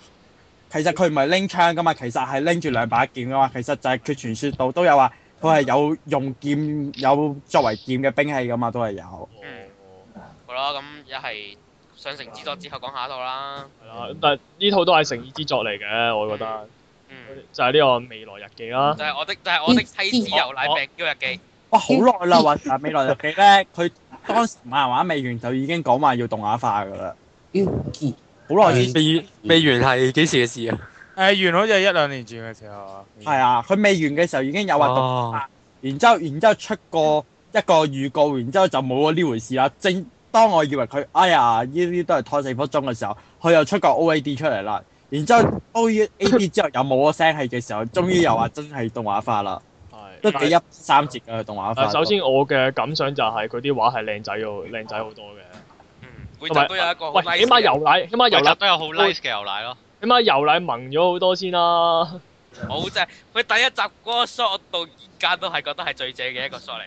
C: 其實佢唔係拎槍噶嘛，其實係拎住兩把劍噶嘛。其實就係佢傳說度都有話，佢係有用劍有作為劍嘅兵器噶嘛，都係有。
E: 嗯好啦，咁一係上乘之作之後講下一套啦。
B: 係啦，但係呢套都係誠意之作嚟嘅，我覺得
E: 嗯，
B: 就係呢個未來日記啦
E: 就。係我的，就係我的妻子牛奶病嬌日記。
C: 哇，好耐啦！話《未來日記》咧，佢當時漫畫未完就已經講話要動畫化噶啦，
F: Yuki
C: 好耐先。
D: 未未完係幾時嘅事啊？
G: 誒原好似係一兩年前嘅時候啊。
C: 係啊，佢未完嘅時候已經有話動畫，
D: 哦
C: 然之後，然之後出過一個預告，然之後就冇咗呢回事啦。正當我以為佢哎呀呢啲都係拖四分鐘嘅時候，佢又出個 OAD 出嚟啦。然之後
B: [laughs]
C: OAD 之後又冇咗聲氣嘅時候，終於又話真係動畫化啦，都幾一三折嘅動畫化。
B: 呃啊誒，首先我嘅感想就係佢啲畫係靚仔好靚仔好多嘅。
E: 嗯，每集都有一個好 nice
B: 喂，起碼
E: 嘅人
B: 牛奶，起
A: 有
B: 碼牛
A: 奶
B: 奶，
A: 都有好 nice 嘅牛奶咯。
B: 起碼牛奶萌咗好多先啦。
E: 好正，佢第一集嗰個 shot 我到而家都係覺得係最正嘅一個 shot 嚟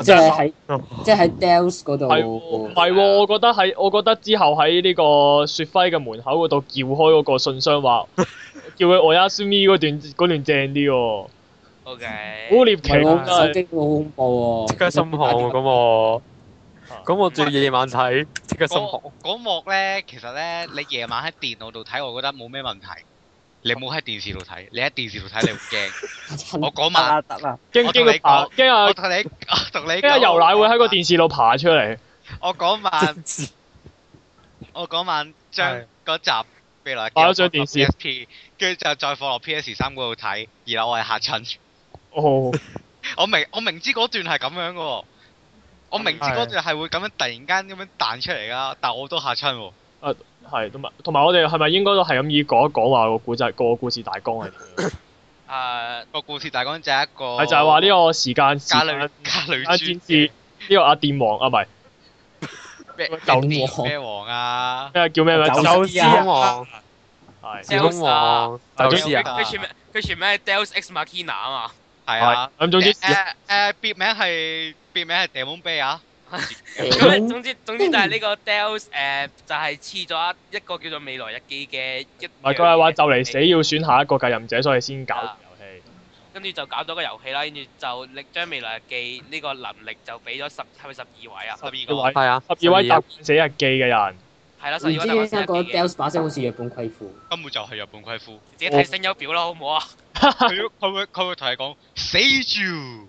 E: 㗎。
F: 即係喺
G: 哦
F: 即係喺 Dells 嗰
B: 係喎唔
F: 度，
B: 係喎，我覺得喺我覺得之後喺呢個雪輝嘅門口嗰度撬開嗰個信箱話，叫佢我阿 s m 嗰段嗰段正啲喎，
E: O
B: 好
E: K。
B: 獵
F: 唔
B: 奇啊
F: 係
B: 真
F: 喎，手
B: 係。
F: 機好恐怖喎，
D: 即刻心寒喎咁我，咁我仲要夜晚睇，即刻心寒
A: 嗰。嗰幕咧，其實咧，你夜晚喺電腦度睇，我覺得冇咩問題。你冇喺電視度睇，你喺電視度睇你會驚。
F: 真
A: 我嗰
C: 得
A: 晚，
C: 啦得啦，
B: 驚
A: 我同
B: 驚
A: 你
B: 佢爬，
A: 講
B: 驚啊
A: 我同你，我同你
B: 驚啊
A: 講，
B: 牛奶會喺個電視度爬出嚟。
A: 我嗰晚，
D: 知
A: 我嗰晚將嗰集未來
B: 擺咗上電視
A: P，跟住就再放落 PS 三嗰度睇，然後我係嚇親。
B: 哦，
A: 我明我明知嗰段係咁樣嘅喎，我明知嗰段係會咁樣突然間咁樣彈出嚟噶，但我都嚇親喎。
B: 係同埋同埋我哋係咪應該都係咁以講一講話個故仔個故事大綱係點樣？
E: 誒，
A: 個故事大綱就係一個，
B: 係就係話呢個時間時
A: 加女
B: 間
A: 加女
B: 啊
A: 專
B: 戰士呢個阿電王啊，唔係
A: 咩
F: 狗
A: 咩
F: 王
A: 咩王啊？
B: 咩叫咩名？
C: 走
B: 走
C: 走
D: 時空王，
B: 係
D: 時空王，大
B: 總
D: 總
B: 之
D: 之
A: 啊
D: 啊，
E: 佢全名佢全名係 Dells Ex Machina 啊嘛。
A: 係啊
B: 係。咁總之
A: 誒誒，別名係別名係 Demon Bay 啊，
E: 咁總之總之就係呢個 Dells 誒，就係黐咗一一個叫做未來日記嘅一樣嘢。
B: 唔係佢係話就嚟死要選下一個繼任者，所以先搞
E: 啊
B: 遊戲。
E: 跟住就搞咗個遊戲啦，跟住就力將未來日記呢個能力就俾咗十係咪十二位啊？
A: 十二
B: 呢
A: 個
B: 位
D: 係啊，
B: 十二位答寫日記嘅人，
E: 係啦，十
F: 唔
E: 二
F: 知
E: 位
F: 點解
E: 得 [laughs]
F: 覺得
E: 個 Dells，
F: Dells 把聲好似日本貴婦，
A: 根本就係日本貴夫。
E: 自己睇聲優表啦，好唔好啊？
A: 佢佢會佢會同你講死住，誒唔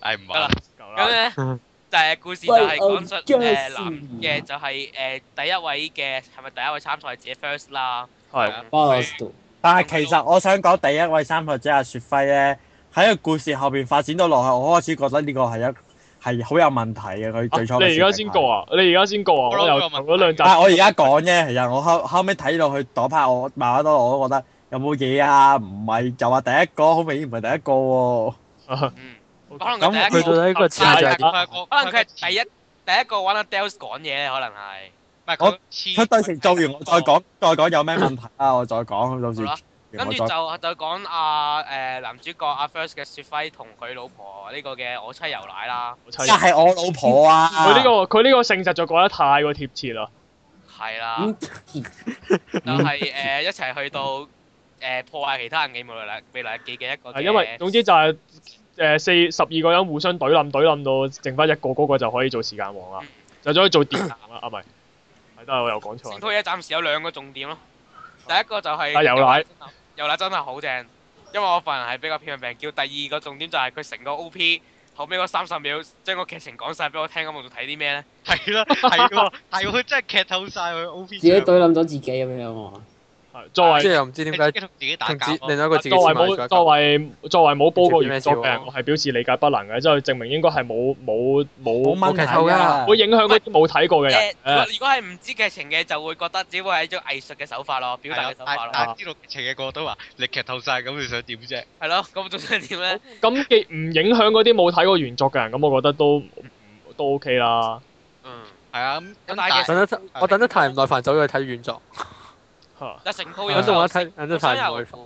E: 得
A: 玩
E: 啦
A: 啦。
B: 夠
E: 咁
B: 啦，
E: 咧
F: 啊
D: 嗯
E: 就係故事就係
F: oh,
E: 講述
F: Well,
E: 誒
F: I
E: 男嘅就係誒第一位嘅係咪第一位參賽者 First 啦？
B: 係
A: 係啊
F: 巴羅斯度
C: 但係其實我想講第一位三個者阿雪輝咧，喺個故事後邊發展到落去，我開始覺得呢個係一係好有問題嘅。佢最初
B: 啊
C: 嘅
B: 你而家
C: 設
B: 先
C: 定係
B: 覺啊！你而家先覺啊！
A: 我
B: 我
A: 諗
B: 又
A: 佢有問題
C: 啊
B: 頭嗰兩集
C: 但係我而家講啫，其實我後後尾睇到佢躲拍我漫畫多，我都覺得有冇嘢啊？唔係就話第一個，好明顯唔係第一個喎、
E: 嗯，
B: 可
E: 可能
D: 咁
E: 佢第一
D: 佢到
E: 個，
D: 底個設
E: 啊
D: 計係點？
A: 佢係個
E: 可能佢係第一第一個揾阿 Dels 講嘢咧，可能係。
A: 唔係
C: 我
A: 佢黐
C: 佢對成做完，我再講，再講有咩問題啊？我再講，到時
E: 好啦跟
C: 我
E: 住
C: 再
E: 就就講阿誒男主角阿 First 嘅雪輝同佢老婆呢個嘅我妻牛奶啦，
B: 我
C: 即
B: 猜
C: 係我老婆啊！
B: 佢呢個佢呢個性質就講得太過貼切啦。
E: 係啦，
F: 嗯
E: 就係誒一齊去到誒破壞其他人嘅未來未來記嘅一個嘅。
B: 係因為總之就係誒四十二個人互相懟冧懟冧到剩翻一個嗰個就可以做時間王啦
E: 嗯，
B: 就可以做電王啦。啊唔係，係得啦我又講錯
E: 先
B: 啦。
E: 推咧暫時有兩個重點咯。第一個就係
B: 啊有奶，
E: 有奶真係好正，因為我份人係比較偏向病嬌。第二個重點就係佢成個 O.P. 後尾嗰三十秒將個劇情講晒俾我聽，咁我仲睇啲咩咧？
A: 係啦，係喎，係喎，真係劇透晒佢 O P。
F: 自己懟冧咗自己咁樣啊喎。
B: 係啊作
G: 啊
D: 即係
B: 為啊
D: 又唔知點解
A: 同自己打
D: 同
A: 交
D: 自
A: 咯？
D: 另外一個自己
B: 作為
D: 黐埋咗
B: 冇
D: 一
B: 作
D: 嚿
B: 為作為冇煲過原作
D: 唔
B: 嘅
D: 知咩事
B: 人，
D: 喎
B: 我係表示理解不能嘅，即係證明應該係冇冇冇
C: 冇問題
D: 劇透
C: 啊
D: 㗎
B: 會影響嗰啲冇睇過嘅
E: 誒
B: 人。，
E: 如果
B: 誒
E: 呃如果係唔知劇情嘅，就會覺得只會係一種藝術嘅手法咯，表達
A: 係啊
E: 嘅手
A: 但
E: 法咯，
A: 但知道劇情嘅個都話你劇透晒，咁你想點啫？
E: 係咯。咁仲想點咧？
B: 咁既唔影響嗰啲冇睇過原作嘅人，咁我覺得都都 OK 啦。
E: 嗯，
A: 係啊，咁咁
E: 但
A: 但係
E: 係其實
D: 等得我等得太唔耐煩，走咗去睇原作。
B: 嚇
E: 但成套
D: 等
E: 嘢
D: 到我
E: 我
D: 一睇，等得
E: 想
D: 太唔耐
E: 由
D: 煩。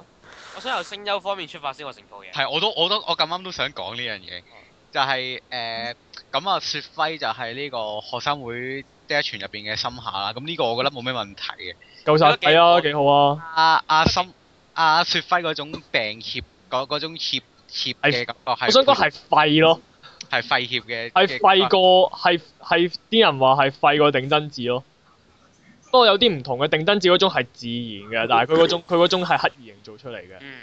E: 我想由聲優方面出發先，我成套嘢。
A: 係我都我都我咁啱都想講呢樣嘢，就係誒咁啊，雪輝就係呢個學生會第一團入邊嘅心下啦。咁呢個我覺得冇咩問題嘅。
B: 夠晒睇啊，幾好啊！
A: 阿阿心阿雪輝嗰種病怯嗰嗰種怯怯嘅感覺係，
B: 我想講係廢咯，
A: 係廢怯嘅，
B: 係廢過係係啲人話係廢過定真子咯。不過有啲唔同嘅，定真子嗰種係自然嘅，但係佢嗰
A: [laughs]
B: 種佢嗰種係刻意營造出嚟嘅。
E: 嗯，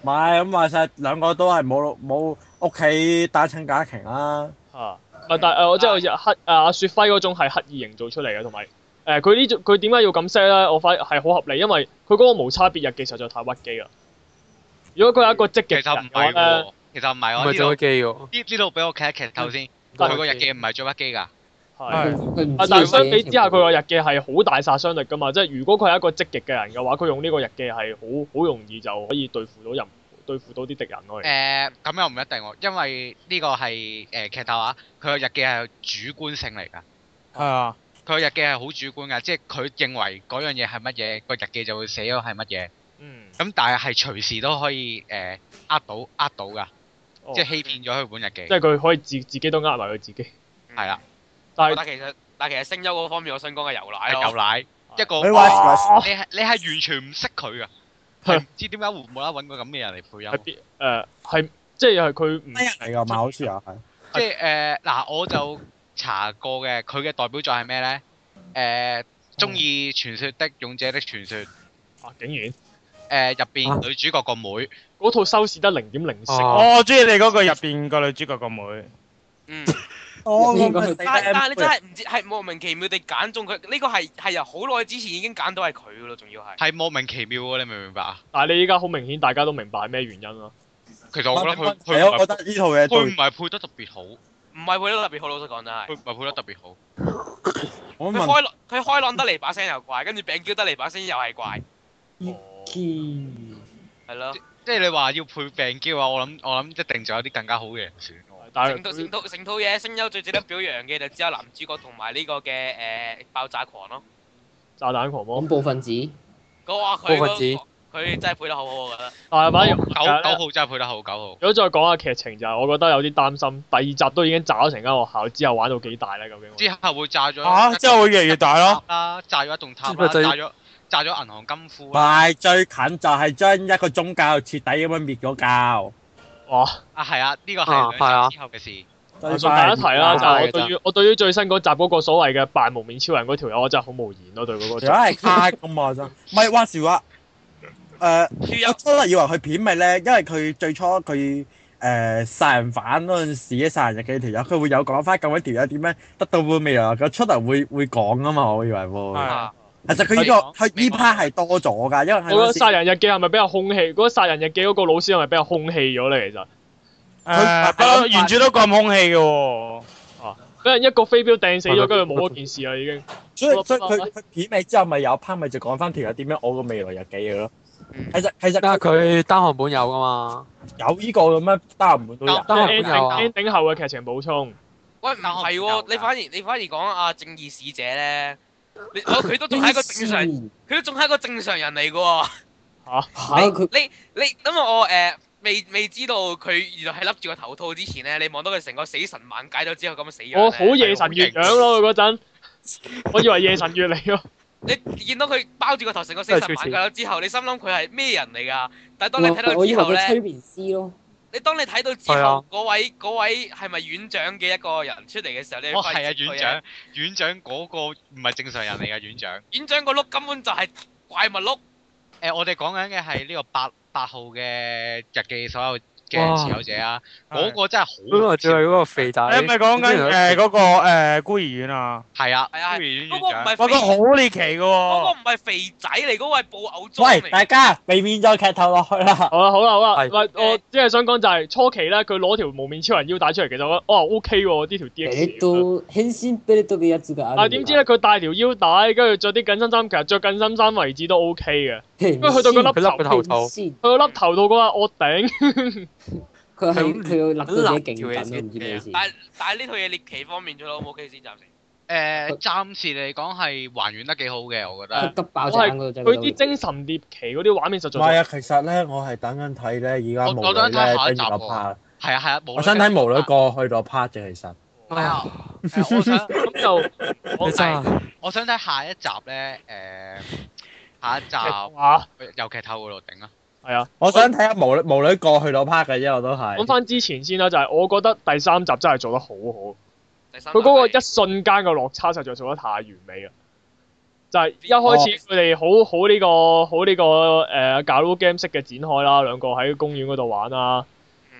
C: 唔係咁話晒，兩個都係冇老冇屋企單親家庭啦、
A: [laughs]
B: 啊，唔係，但係誒，我即係我刻啊，阿雪輝嗰種係刻意營造出嚟嘅，同埋誒佢呢種佢點解要咁 set 咧？我發現係好合理，因為佢嗰個無差別日記實在太屈機啦。如果佢係一個積極
A: 其
B: 嘅
A: 實
B: 人
A: 唔
B: 嘅話
A: 係
B: 咧，
A: 喎，其實唔係
D: 唔
A: 我
D: 係
A: 呢
D: 做
A: 度
D: 機喎。
A: 呢呢度俾我劇一劇透先，
B: 都係
A: 佢個日記唔係最屈機㗎，
B: 係
F: 佢佢唔
B: 啊，
F: 知
B: 但係
F: 道
B: 相比之下，佢個
F: 自己
B: 日記係好大殺傷力㗎嘛。即係如果佢係一個積極嘅人嘅話，佢用呢個日記係好好容易就可以對付到人，對付到啲敵人咯。
A: 誒咁又唔一定喎，因為呢個係誒劇透啊，佢個日記係主觀性嚟㗎，
G: 係啊，
A: 佢個日記係好主觀㗎，即係佢認為嗰樣嘢係乜嘢，個日記就會寫咗係乜嘢，
B: 嗯，
A: 咁但係係隨時都可以誒呃到呃到㗎，
B: 哦
A: 即係欺騙咗佢本日記
B: 即，係佢可以自自己都呃埋佢
A: [laughs]
B: 自己，
A: 係啦，
B: 但
E: 但
B: 係
E: 其實但其實聲優嗰方面，我想講嘅牛奶
A: 係牛
E: 咯。
A: 奶一個。
B: 啊
C: 佢話
A: 你係你係完全唔識佢噶，係唔知點解會冇啦揾個咁嘅人嚟配
B: 係
A: 音。
B: 必誒係即係佢唔
C: 嚟㗎嘛，好似又係。
A: 即係誒嗱，我就查過嘅，佢嘅代表作係咩咧？誒，中意傳說的勇者的傳說，
B: 啊竟然。
A: 誒入邊女主角個妹，
B: 嗰套收視得零點零四，
D: 哦
G: 我中意你嗰個入邊個女主角個妹，
E: 嗯，
C: 我
F: 呢個係
E: 但但你真係唔知係莫名其妙地揀中佢，呢個係係由好耐之前已經揀到係佢噶咯，仲要係。
A: 係莫名其妙喎，你明唔明白啊？
B: 但係你依家好明顯，大家都明白係咩原因啦。
A: 其實我覺得佢
C: 係
A: 佢
C: 我
A: 唔
C: 覺
A: 係
C: 得呢套嘢
A: 佢唔啊
C: 對，
A: 係配得特別好，佢
E: 唔係配得特別好，老實講真係。
A: 唔係配得特別好。
C: 我
E: 佢
C: 問
E: 開朗佢開朗得嚟把聲又怪，跟住病嬌得嚟把聲又係怪，
F: Yuki
E: 係咯。
A: 即係你話要配病嬌嘅話，我諗我諗一定仲有啲更加好嘅人選。
B: 但係
E: 成套成
B: 佢
E: 套成套嘢聲優最值得表揚嘅就只有男主角同埋呢個嘅誒爆炸狂咯。
B: 炸彈狂魔
F: 恐，怖分子，
E: 我話佢
D: 高分子
E: 嗰個佢真係配得好好，我覺得。
B: 但係反而
A: 九九號真係配得好，九號。
B: 如果再講下劇情就係，我覺得有啲擔心。第二集都已經炸咗成間學校，之後玩到幾大咧？究竟我
A: 之後會炸咗
G: 啊，之後會越嚟越大咯。
A: 啦，炸咗一棟塔
D: 咪
A: 啦，
D: 就係
A: 炸咗炸咗銀行金
C: 唔
A: 庫啦，
C: 係最近就係將一個宗教徹底咁樣滅咗教。
B: 哇！
A: 啊係啊，呢個
D: 啊
A: 係
D: 係啊
A: 兩集之後嘅事。
C: 啊
B: 我順帶一提啦，就
D: 最快
B: 係我對於我對於最新嗰集嗰個所謂嘅扮無面超人嗰條友，我真係好無言咯，對嗰個
C: 如果係卡咁啊真，唔係話時話誒，我真係以為佢片咪咧，因為佢最初佢誒殺人犯嗰陣時，殺人日記條友，佢會有講翻究竟條友點樣得到會未來佢出嚟會會講啊嘛，我以為會。
G: 係
E: 啊
C: 其實佢呢個佢呢 part 係多咗㗎，因為
B: 我覺得
C: 佢
B: 殺人日記係咪比較空氣？嗰個殺人日記嗰個老師係咪比較空氣咗咧？其實
C: 佢
G: 誒，不過原著都咁空氣嘅喎。
B: 俾人一個飛鏢掟死咗，跟住冇嗰件事啊啦已經。
C: 所以所以佢佢片尾之後咪有 part 咪就講翻條友點樣我個未來日記嘅咯。其實其實
D: 啊佢單行本有噶嘛？
C: 有呢個咁樣單行本都有
A: 有。
D: 單行本有啊。
B: ending ending 後嘅劇情補充，
E: 喂，唔係喎，你反而你反而講啊正義使者咧，你我佢都仲係一個正常，
F: [laughs] 嚇
E: 佢都仲係一個正常人嚟嘅喎。
F: 佢
E: 你你因為我誒、呃未未知道佢原來係笠住個頭套之前咧，你望到佢成個死神猛解咗之後咁嘅死樣呢
B: 我好夜神月樣咯，佢嗰陣，我以為夜神月嚟咯，
E: 你見到佢包住個頭成個死神猛解咗之後，你心諗佢係咩人嚟㗎？但係當你睇到
F: 我以
E: 之
F: 為
E: 後
F: 佢
E: 咧，
F: 催眠師咯，
E: 你當你睇到之
D: 係啊
E: 後嗰位嗰位係咪院長嘅一個人出嚟嘅時候，你
A: 哦，
E: 發
A: 係啊，
E: 現佢
A: 院長，院長嗰個唔係正常人嚟嘅院長。
E: 院長個碌根本就係怪物碌。
A: 誒，我哋講緊嘅係呢個八八號嘅日記所有
D: 哇
A: 嘅持有者啊，嗰
G: 係
A: 個真係
D: 本
A: 好
D: 來最係嗰個肥仔。
G: 你係咪講緊誒嗰個誒孤兒院啊？
A: 係啊，
E: 係啊係
A: 孤兒院
E: 嗰
A: 院
E: 個唔
A: 長。
E: 係
G: 哇，
E: 肥
G: 佢，好離奇嘅
E: 嗰個
G: 喎！
E: 唔係肥仔嚟，嗰個係布偶裝
C: 喂，
E: 嚟。
C: 大家避免再劇透落去啦。
B: 好啦好啦好啦，
D: 係
B: 喂，我即係想講就係初期咧，佢攞條無面超人腰帶出嚟，其實我覺得哦 OK 喎，呢條 D
F: 俾
B: X
F: 你都輕先俾你到嘅一字㗎。
B: 但係點知咧，佢帶條腰帶，跟住着啲緊身衫，其實着緊身衫為止都 OK 嘅。
F: 先，
B: 因為去到個粒
D: 佢笠個頭套
F: 輕先，
B: 佢個粒頭到嗰下，我頂。
C: 啊
F: 佢係佢要立到自己勁緊咯，唔知咩事。
E: 但係但係呢套嘢獵奇方面做到 O K 先暫時。
A: 誒，暫時嚟講係還原得幾好嘅，我覺得。
F: 佢急爆隻眼嗰度真
B: 佢啲
F: 係。
B: 精神獵奇嗰啲畫面實
C: 唔
B: 在
C: 係啊，其實咧，我係等緊睇咧，而家
A: 我
C: 無
A: 我想
C: 女
A: 睇
C: 咧
A: 下一
C: 跟
A: 集
C: 住落
A: 喎
C: part，
A: 係啊係啊，無
C: 我想睇無女過去落 part 嘅，其實。
A: 係啊，誒我想
B: 咁就
D: 你真係
A: 我想睇下一集咧，誒下一
B: [laughs]
A: 集
B: 啊，
A: 有劇透嗰度頂啊！
B: 係啊，
C: 我想睇下無女無女過去落 part 嘅啫，我都係。
B: 講翻之前先啦，就係我覺得第三集真係做得好好。
E: 第三
B: 佢嗰個
E: 集係
B: 一瞬間嘅落差實在做得太完美啦！就係一
D: 哦
B: 開始佢哋好好呢個好呢、個誒、呃、搞 game 式嘅展開啦，兩個喺公園嗰度玩啦，
D: 嗯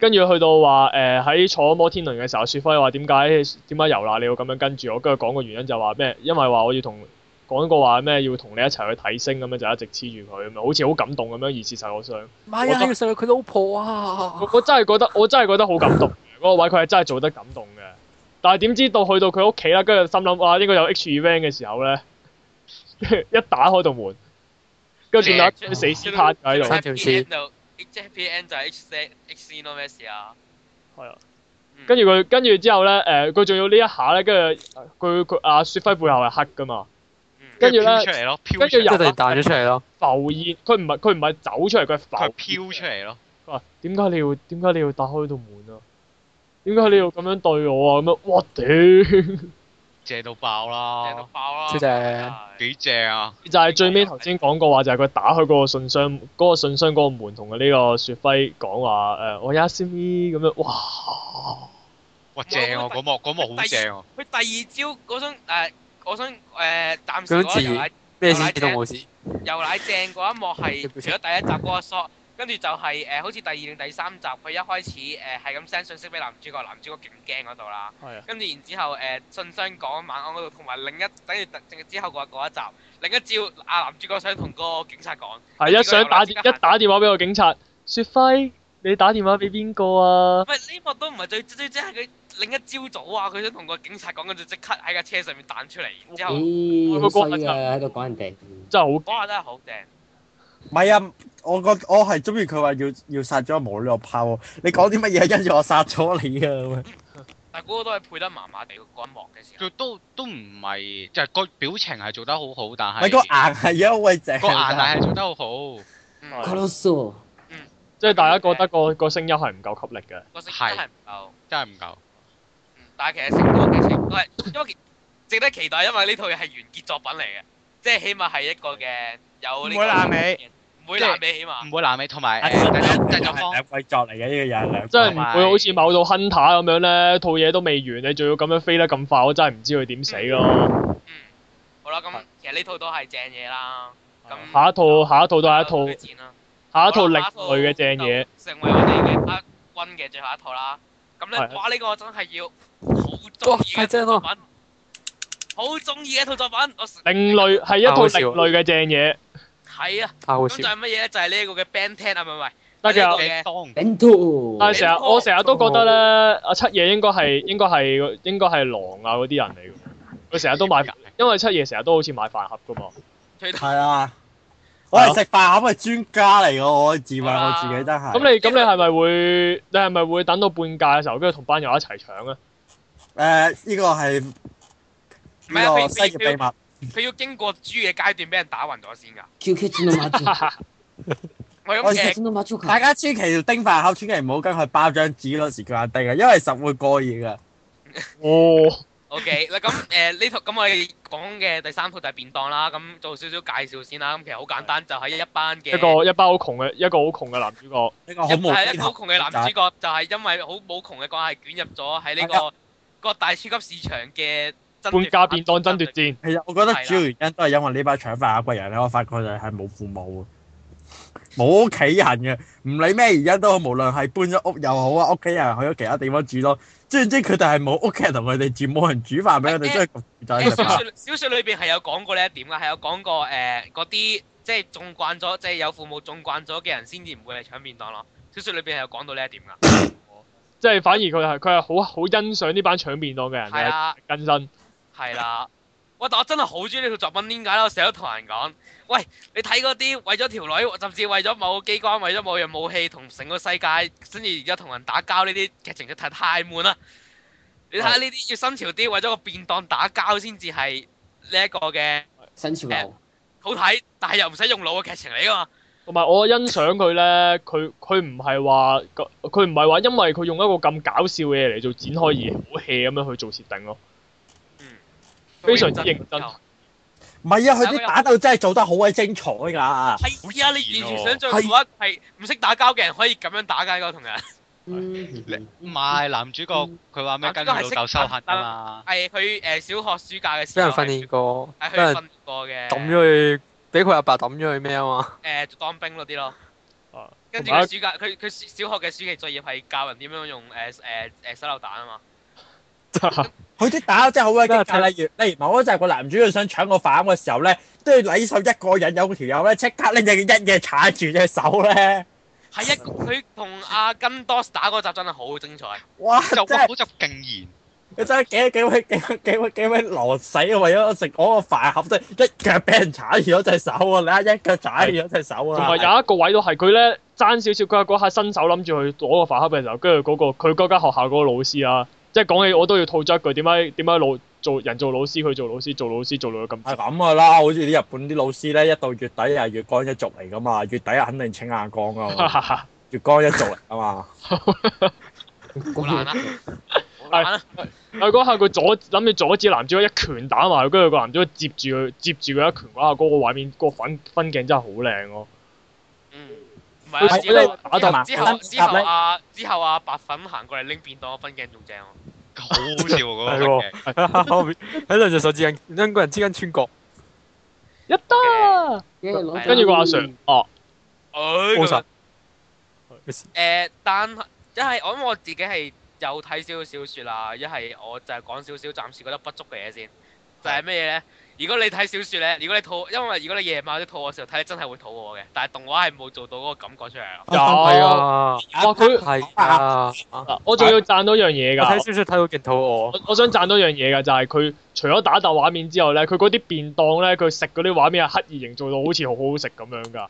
B: 跟住去到話誒喺坐摩天輪嘅時候，雪輝話點解點解遊啦你要咁樣跟住我，跟住講個原因就話咩？因為話我要同講過話咩要同你一齊去睇星咁樣，就一直黐住佢咁樣，好似好感動咁樣，而事實我想。
D: 唔係啊？要上佢老婆啊！
B: 我我真係覺得，我真係覺得好感動嘅。嗰、個位佢係真係做得感動嘅。但係點知到去到佢屋企啦，跟住心諗哇，應該有 H event 嘅時候咧， [laughs] 一打開道門，跟住哦見到一張死屍攤喺度，
D: 三條線
E: Happy End 就 H P N 就係 H C H C 咯咩事啊？
B: 係啊。
E: 嗯
B: 跟住佢，跟住之後咧，誒、佢仲要呢一下咧，跟住佢佢阿雪輝背後係黑噶嘛，
E: 嗯
B: 跟住咧
A: 飄出嚟咯，
B: 跟
A: 飄出
B: 住
D: 即
A: 嚟
B: 又
D: 係突然彈咗出嚟咯。
B: 浮現，佢唔係佢唔係走出嚟，佢係
A: 佢
B: 浮
A: 飄出嚟咯。
B: 佢話點解你要點解你要打開道門啊？點解你要咁樣對我啊？咁樣，我屌！
A: 正到爆
E: 正到
A: 啦，
E: 爆啦！
D: 小姐
E: 係
A: 幾正啊！
B: 就係最尾頭先講過話，就係佢打開嗰個信箱，嗰、個信箱嗰個門，同佢呢個雪輝講話誒，我有一 s 咁樣，哇！
A: 哇，正啊！嗰幕嗰幕好正啊！
E: 佢第二招嗰種誒，我想誒暫時嗰
D: 嗰種
E: 個
D: 自
E: 牛奶
D: 咩事都冇事。
E: 牛奶正嗰一幕係除咗第一集嗰個 shot，跟住就係誒好似第二定第三集，佢一開始誒係咁 send 信息俾男主角，男主角勁驚嗰度啦。
B: 係啊，
E: 跟住然之後誒、呃信箱講晚安嗰度，同埋另一等於等之後嗰嗰一集，另一招阿男主角想同個警察講，
B: 係一想打電一打電話俾個警察，雪輝，你打電話俾邊個啊？
E: 喂呢幕都唔係最最即係佢另一朝早啊，佢想同個警察講，跟住即刻喺架車上面彈出嚟，然之後
F: 咦，好衰啊！喺度講人哋。
B: 真係好
E: 嗰下真係好正，
C: 唔係啊，我覺我係中意佢話要要殺咗無女落 part 喎。你講啲乜嘢？跟住我殺咗你啊！咁樣
E: 但係嗰個都係配得麻麻地個音幕嘅時候，
A: 佢都都唔係，就係個表情係做得好好，但
C: 咪
A: 係
C: 個硬係有一位正
A: 個眼奶係做得好好。
E: 嗯
B: 係
F: Colossal，
B: 即係大家覺得個個聲音係唔夠吸力嘅。
E: 個色真係唔夠，
A: 真係唔夠。
E: 嗯但係其實成個劇情都係因為其值得期待，因為呢套嘢係完結作品嚟嘅，即係起碼係一個嘅有呢
G: 唔
E: 個
G: 會爛尾，
E: 唔會爛尾起碼
A: 唔。會爛尾，同埋
C: 係
A: 誒製作製作
C: 啊係
A: 方
C: 兩位作嚟嘅呢個又係兩季。
B: 即係唔會好似某到 Hunter 咁樣咧，套嘢都未完，你仲要咁樣飛得咁快，我真係唔知佢點死咯。
E: 嗯，好啦，咁其實呢套都係正嘢啦。咁
B: 下一套下一套都係一套
E: 推薦啦，
B: 下一套另
E: 好
B: 類
E: 啦
B: 嘅正嘢，，
E: 下一套就成為我哋嘅 part one 嘅最後一套啦。咁咧，
B: 係
E: 哇！呢個真係要好中意嘅一套作品，好中意嘅一套作品。我
B: 另類係一
D: 啊
B: 套
D: 好笑
B: 另類嘅正嘢。
E: 係啊，
D: 太好
E: 咁就
D: 笑。
E: 係乜嘢咧？就係呢一個嘅 Band Ten 啊，唔係唔係，
B: 得嘅。
A: 嘅
C: 啊
A: 當
F: 頂住。
B: 但係成日我成日都覺得咧，阿七爺應該係應該係應該係狼啊嗰啲人
E: 啊
B: 嚟嘅。佢成日都買，因為七爺成日都好似買飯盒噶嘛。
E: 最
C: 係啊，我係食飯盒嘅專家嚟㗎，我自問我自己真係。
B: 咁你咁你係咪會你係咪會等到半價嘅時候，跟住同班友一齊搶啊咧？
C: 誒呢個係
E: 唔係啊
C: 呢個
E: 佢
C: 西業秘密。
E: 佢要經過豬嘅階段，俾人打暈咗先㗎。
F: QQ の街
B: 哦
E: 我咁
C: 我
E: 嘅
F: QQ の街か
C: 大家千祈要叮飯盒，千祈唔好跟佢包張紙嗰時叫阿叮啊，因為實會過熱啊㗎。
B: 哦，
E: OK 嗱咁誒呢套咁我哋講嘅第三套就係便當啦，咁做少少介紹先啦。咁其實好簡單，就係一班嘅
B: 一個一班好窮嘅一個好窮嘅男主角，
C: 呢個好無
E: 係
C: 厘
E: 一個好
C: 頭。
E: 窮嘅男主
B: 啊
E: 角，就係因為好冇窮嘅關係捲入咗喺呢個各大超級市場嘅爭奪
B: 半價便當爭奪戰。
C: 其啊實我覺得主要原因都係因為呢班搶飯盒嘅人咧，我發覺佢哋係冇父母嘅，冇屋企人嘅，唔理咩原因都好，無論係搬咗屋又好啊，屋企人去咗其他地方住咯，總言之佢哋係冇屋企人同佢哋住，冇人煮飯俾佢哋，
E: 誒
C: 所以焗住就
E: 誒
C: 係食
E: 小
C: 飯。
E: 説小説裏邊係有講過呢一點㗎，係有講過誒嗰啲即係種慣咗，即係有父母種慣咗嘅人先至唔會嚟搶便當咯。小説裏邊係有講到呢一點㗎，
B: 即係反而佢係佢係好好欣賞呢班搶便當嘅人
E: 係
B: 嘅
E: 啊。
B: 更新。
E: 係啦。喂，但我真係好中意呢套作品，點解咧？我成日都同人講，喂，你睇嗰啲為咗條女，甚至為咗某機關、為咗某樣武器，同成個世界，甚至而家同人打交呢啲劇情，實太太悶啦。你睇下呢啲要新潮啲，為咗個便當打交先至係呢一個嘅
F: 新潮流。
E: 好睇，但係又唔使用腦嘅劇情嚟噶嘛。
B: 同埋我欣賞佢咧，佢佢唔係話佢唔係話因為佢用一個咁搞笑嘅嘢嚟做展開而好 hea 咁樣去做設定咯。非常之認真
E: 係
C: 唔係啊，佢啲打鬥真係做得好鬼精彩㗎。
E: 啊，你完全想象唔到一個係唔識打交嘅人可以咁樣打交嘅同人。
F: 嗯
A: 唔係男主角，
E: 嗯
A: 佢話咩跟佢老豆收痕啊嘛，
E: 係佢誒小學暑假嘅時
D: 俾
E: 候
D: 人
E: 係，
D: 訓練過，
E: 係
D: 俾
E: 佢
D: 人
E: 訓練過嘅。
D: 抌咗佢，俾佢阿爸抌咗佢咩啊嘛？
E: 誒做當兵嗰啲咯
B: 啊。
E: 跟住
B: 同埋
E: 佢暑假，佢佢小小學嘅暑期作業係教人點樣用誒誒誒手榴彈啊嘛。
C: 佢啲打鬥真係好鬼啊激烈。例如例如某一集個男主角想搶個飯盒嘅時候咧，都要禮手一個人有條友咧，即刻拎隻一嘢踩住隻手咧，
E: 係一佢同阿根多士打嗰集真係好精彩。
C: 哇！
A: 就
C: [laughs] 真係
A: 好就勁言。
C: 佢真係幾幾位幾幾位幾位羅死啊！為咗食嗰個飯盒，真係一腳俾人踩住咗隻手啊！你睇一腳踩住咗隻手
B: 同埋
C: 啊！
B: 有一個位都係佢咧爭少少，佢嗰下伸手諗住去攞個飯盒嘅時候，跟住嗰個佢嗰間學校嗰個老師啊，即係講起我都要吐咗一句點解點解老做人做老師，佢做老師做老師做到咁
C: 係
B: 賤。
C: 咁噶啦，好似啲日本啲老師咧，一到月底又係月光一族嚟噶嘛，月底啊肯定清下光噶嘛，
B: [laughs]
C: 月光一族嚟噶嘛。
E: 好難啊！好難啊！
B: 係嗰下佢阻諗住阻止男主角一拳打埋佢，跟住個男主角接住佢接住佢一拳，哇！嗰、個畫面、個分分鏡真係好靚咯。
E: 嗯，唔係啊！
B: 佢
E: 之後
B: 打到麻
E: 之後
C: 甩
E: 之後
C: 咧
E: 阿之後阿白粉行過嚟拎便當，分鏡仲正喎。
A: 好好笑喎嗰
D: 係
A: 個
D: 喎
A: 劇，
D: [laughs]
C: [laughs]
D: 喺兩隻手指間兩個人之間穿角，
B: 一得，跟住個阿 Sir 哦，
E: 哎
D: 好
E: 咁
D: 神
E: 啊！誒，但係一係我諗我自己係有睇少少小説啦，一係我就係講少少暫時覺得不足嘅嘢先。就係咩嘢咧？如果你睇小説咧，如果你肚，因為如果你夜晚都肚餓嘅時候睇，你真係會肚餓嘅。但係動畫係冇做到嗰個感覺出嚟咯。
B: 有
D: 係啊，
B: 哇！佢
D: 係啊，我
B: 嗱我仲要讚多樣嘢
D: 睇
B: 㗎。
D: 小説睇到勁肚餓，
B: 我我想讚多樣嘢㗎，就係佢除咗打鬥畫面之後咧，佢嗰啲便當咧，佢食嗰啲畫面係刻意營造到好似好好食咁樣㗎。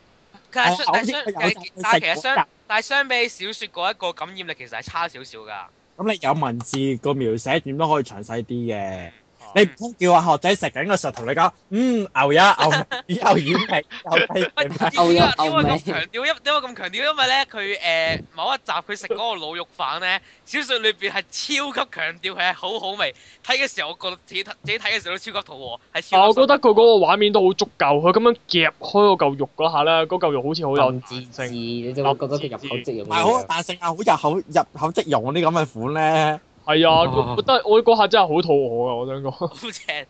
E: 但係
C: 我
E: 相
C: 我
E: 但係
C: 呢
E: 相
C: 個有
E: 但
C: 就係
E: 係但係其實
C: 食
E: 相但係相比小説嗰一個感染力，其實係差少少㗎。
C: 咁你有文字個描寫點都可以詳細啲嘅。你唔通叫阿學仔食緊個石頭，你講嗯牛呀牛 [laughs] 牛丸味牛雞味。 [laughs]
E: 點解
F: 牛
E: 點
F: 肉
E: 解
F: 牛尾
E: 咁強調？因為點解咁強調？因為咧佢誒某一集佢食嗰個滷肉飯咧，小説裏邊係超級強調佢係好好味。睇嘅時候，我覺得自己睇自己睇嘅時候都超級肚餓，係
B: 但
E: 超
B: 哦啊我
E: 級
B: 覺得佢嗰個畫面都好足夠，佢咁樣夾開嗰嚿肉嗰下咧，嗰嚿肉好似好
D: 嗯
B: 有
F: 林
B: 彈
F: 志
B: 性。
F: 你就會覺得佢入口即溶
C: 唔係好，但性啊，好入口入口即溶嗰啲咁嘅款咧。
B: 係啊，
D: 啊
B: 我覺得我嗰下真係好肚餓啊！我想講。
D: [laughs]
E: 好正。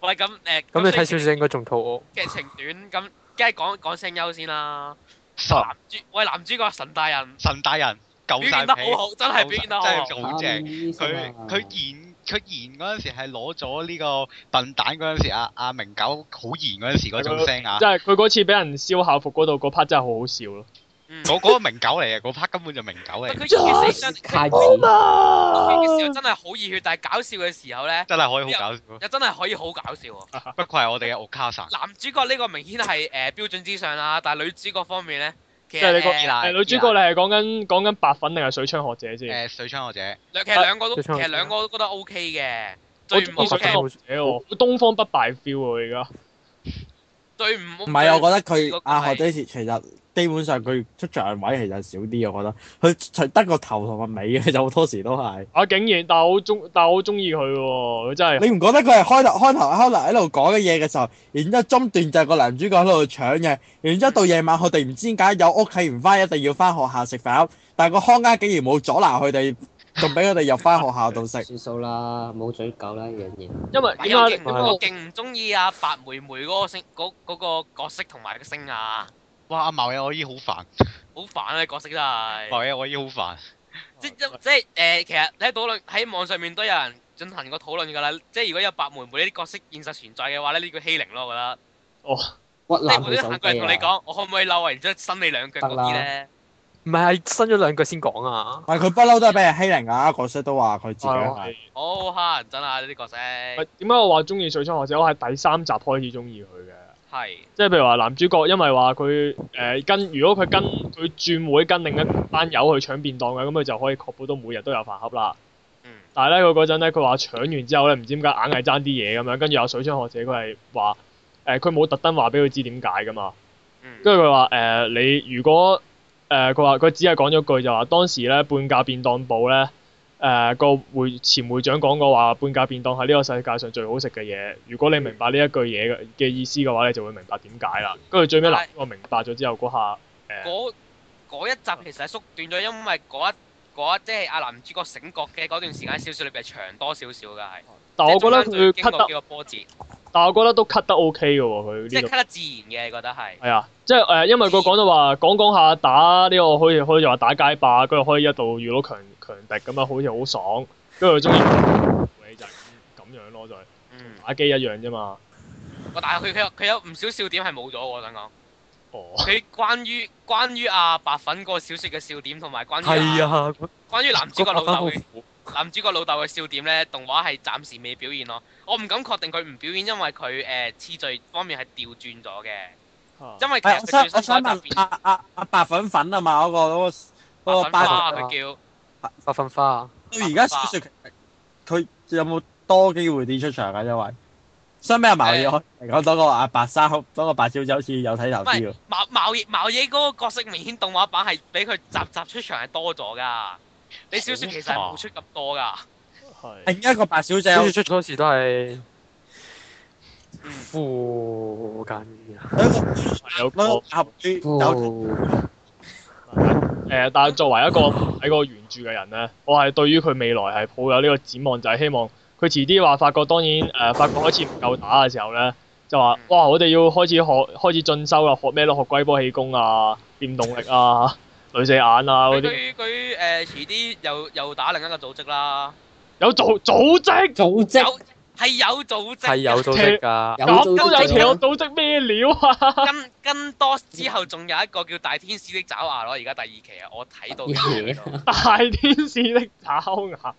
E: 喂，咁誒，
D: 咁你睇
E: 所
D: 小
E: 以
D: 説應該仲肚餓。
E: 劇情短，咁梗係講講聲優先啦。
A: 神
E: 男主喂男主角神大人
A: 神大人
E: 表
A: 救晒
E: 現得好
A: 皮，
E: 好，真係表現得好好。
A: 真係好正。
F: 啊
A: 佢佢研佢研嗰陣時係攞咗呢個笨蛋嗰陣時，啊阿阿明狗好研嗰陣時嗰種聲啊，
B: 即係佢嗰次俾人燒校服嗰度嗰 part 真係好好笑咯。
E: 嗯
A: 嗰嗰個名狗嚟嘅，嗰 part 根本就名狗嚟
E: 但
A: 嘅，
E: 佢熱血真係，
F: 太子，
E: 佢熱血嘅時
B: 啊
E: 候真係好熱血，但係搞笑嘅時候咧，
A: 真係可以好搞笑。
E: 又真係可以好搞笑喎。
A: 不愧係我哋嘅奧卡薩，
E: 男主角呢個明顯係誒標準之上啦，但係女主角方面咧，其
B: 即係
E: 實呃
B: 你個
E: 誒
B: 誒女主角你係講緊講緊白粉定係水槍學者
A: 誒
B: 先？
A: 水槍我者，
E: 兩其實兩個都
D: 最
E: 其
D: 初
E: 實兩個都覺得 O K 嘅，
B: 我
E: 最
B: 中
E: 唔
B: 意
E: O
B: 水
E: K，
B: 槍學者喎，東方不敗 feel 喎而家。
E: 最唔
C: 唔係啊，我覺得
E: 最
C: 佢
E: 唔
C: 阿
E: 係
C: 何者其實基本上佢出場位其實少啲，我覺得佢除得個頭同埋尾嘅，就好多時都係。
B: 啊！竟然，但係我好中，但係我好中意佢喎，佢真係
C: 你唔覺得佢係開頭開頭開頭喺度講嘅嘢嘅時候，然之後中段就係個男主角喺度搶嘅，然之後到夜晚佢哋唔知點解有屋企唔翻，一定要翻學校食飯，但係個看家竟然冇阻攔佢哋，仲俾佢哋入翻學校度 [laughs] 食。
F: 算數啦，冇嘴狗啦，樣嘢。
B: 因為
E: 我
B: 點解
E: 勁
B: 你
E: 我勁唔中意阿白梅梅嗰個星嗰嗰個角色同埋個星啊，
A: 哇！阿茂嘢我姨好煩，
E: 好煩啊！啲角色真係，
A: 茂嘢我姨好煩，
E: 即即
B: 啊
E: 即係誒，其實喺討論喺網上面都有人進行過討論㗎啦。即係如果有白梅梅呢啲角色現實存在嘅話咧，呢個欺凌咯，我覺得。即係無端行過嚟同
F: 屈男佢手機
E: 你
F: 啊！
E: 講，我可唔可以嬲啊？然之後伸你兩腳嗰啲咧，
D: 唔係係伸咗兩句先講啊！
C: 但係佢不嬲都係俾人欺凌啊！角色都話佢自己係
D: 係。
E: 好黑人憎啊！呢啲角色係
B: 啊點解我話中意水槍學者？我係第三集開始中意佢嘅，即係譬如話男主角，因為話佢誒跟，如果佢跟佢轉會跟另一班友去搶便當嘅，咁佢就可以確保到每日都有飯盒啦。
E: 嗯
B: 但係咧，佢嗰陣咧，佢話搶完之後咧，唔知點解硬係爭啲嘢咁樣，跟住有水槍學者佢係話誒，佢冇特登話俾佢知點解噶嘛。
E: 嗯
B: 跟住佢話誒，你如果誒佢話佢只係講咗句就話當時咧半價便當部咧誒個會前會長講過話半價便當係呢個世界上最好食嘅嘢。如果你明白呢一句嘢嘅嘅意思嘅話，你就會明白點解啦。跟住最尾
E: 但係
B: 男我明白咗之後嗰下誒，
E: 嗰嗰一集其實係縮短咗，因為嗰一嗰一即係阿男主角醒覺嘅嗰段時間，小説裏邊係長多少少㗎係。
B: 但我覺得
E: 啊即係中間
B: 佢
E: 經
B: cut
E: 過幾
B: 得，
E: 個波折，
B: 但我覺得都 cut 得 OK 嘅喎，
E: 即
B: 佢
E: 係
B: 呢
E: cut 得自然嘅，覺得係
B: 度。係啊，即係誒、因為佢講到話講講下打呢、個可以可以話打街霸，跟住可以一度遇到強強敵咁啊，好似好爽，跟住中意你就係咁咁樣咯，就係、
E: 嗯，
B: 打機一樣啫嘛。
E: 我但係佢佢有佢有唔少笑點係冇咗喎，我想講。
B: 哦，
E: 佢關於關於阿白粉嗰個小説嘅笑點，同埋關於
D: 係
E: 阿
D: 啊，
E: 關於男主角老豆嘅
D: 苦。
E: 男主角老豆嘅笑點咧，動畫係暫時未表現咯。我唔敢確定佢唔表現，因為佢誒次序方面係調轉咗嘅。
D: 哦
E: 因為其
C: 係
E: 實
C: 我想我
E: 佢最
C: 想
E: 新嗰
C: 問
E: 集變
C: 阿阿阿白粉粉啊嘛，嗰個嗰個啊嗰
E: 白
C: 個
E: 粉
C: 班
E: 花，
C: 長
E: 佢叫
D: 白粉花，
C: 到而家小説佢有冇多機會啲出場啊？因為相比阿茅嘢，我嚟講多個阿白沙，多個白小姐好似有睇頭啲喎。
E: 茂茂野茂野嗰個角色，明顯動畫版係比佢集集出場係多咗㗎。你小説其實係冇出咁多㗎。
B: 係
C: 另一個白小姐
D: 跟
C: 好似
D: 住出嗰時都係
E: 嗯
D: 負緊啊！
C: 有一個
B: 有個
C: 合
B: 誒、
C: 有
F: 哦
B: 呃但係作為一個睇過原著嘅人咧，我係對於佢未來係抱有呢個展望，就係、希望佢遲啲話發覺，當然誒、發覺開始唔夠打嘅時候咧，就話哇，我哋要開始學開始進修啊啦，學咩咯？學龜波氣功啊，變動力啊，雷射眼啊嗰
E: 佢
B: 啲，
E: 佢佢誒遲啲又又打另一個組織啦。
B: 有組組織，
F: 組
E: 有
F: 織
E: 係有組織㗎。
D: 係有組織㗎，
F: 有
B: 咁
F: 組
B: 都有
F: 織啊
B: 條
F: 嘅
B: 有組織咩料啊？
E: [laughs] 跟跟多之後，仲有一個叫大天使的爪牙咯，而家第二期啊，我睇到
D: [laughs]
E: 嘅嘢
F: 嘢
E: 咯
B: 大天使的爪啊牙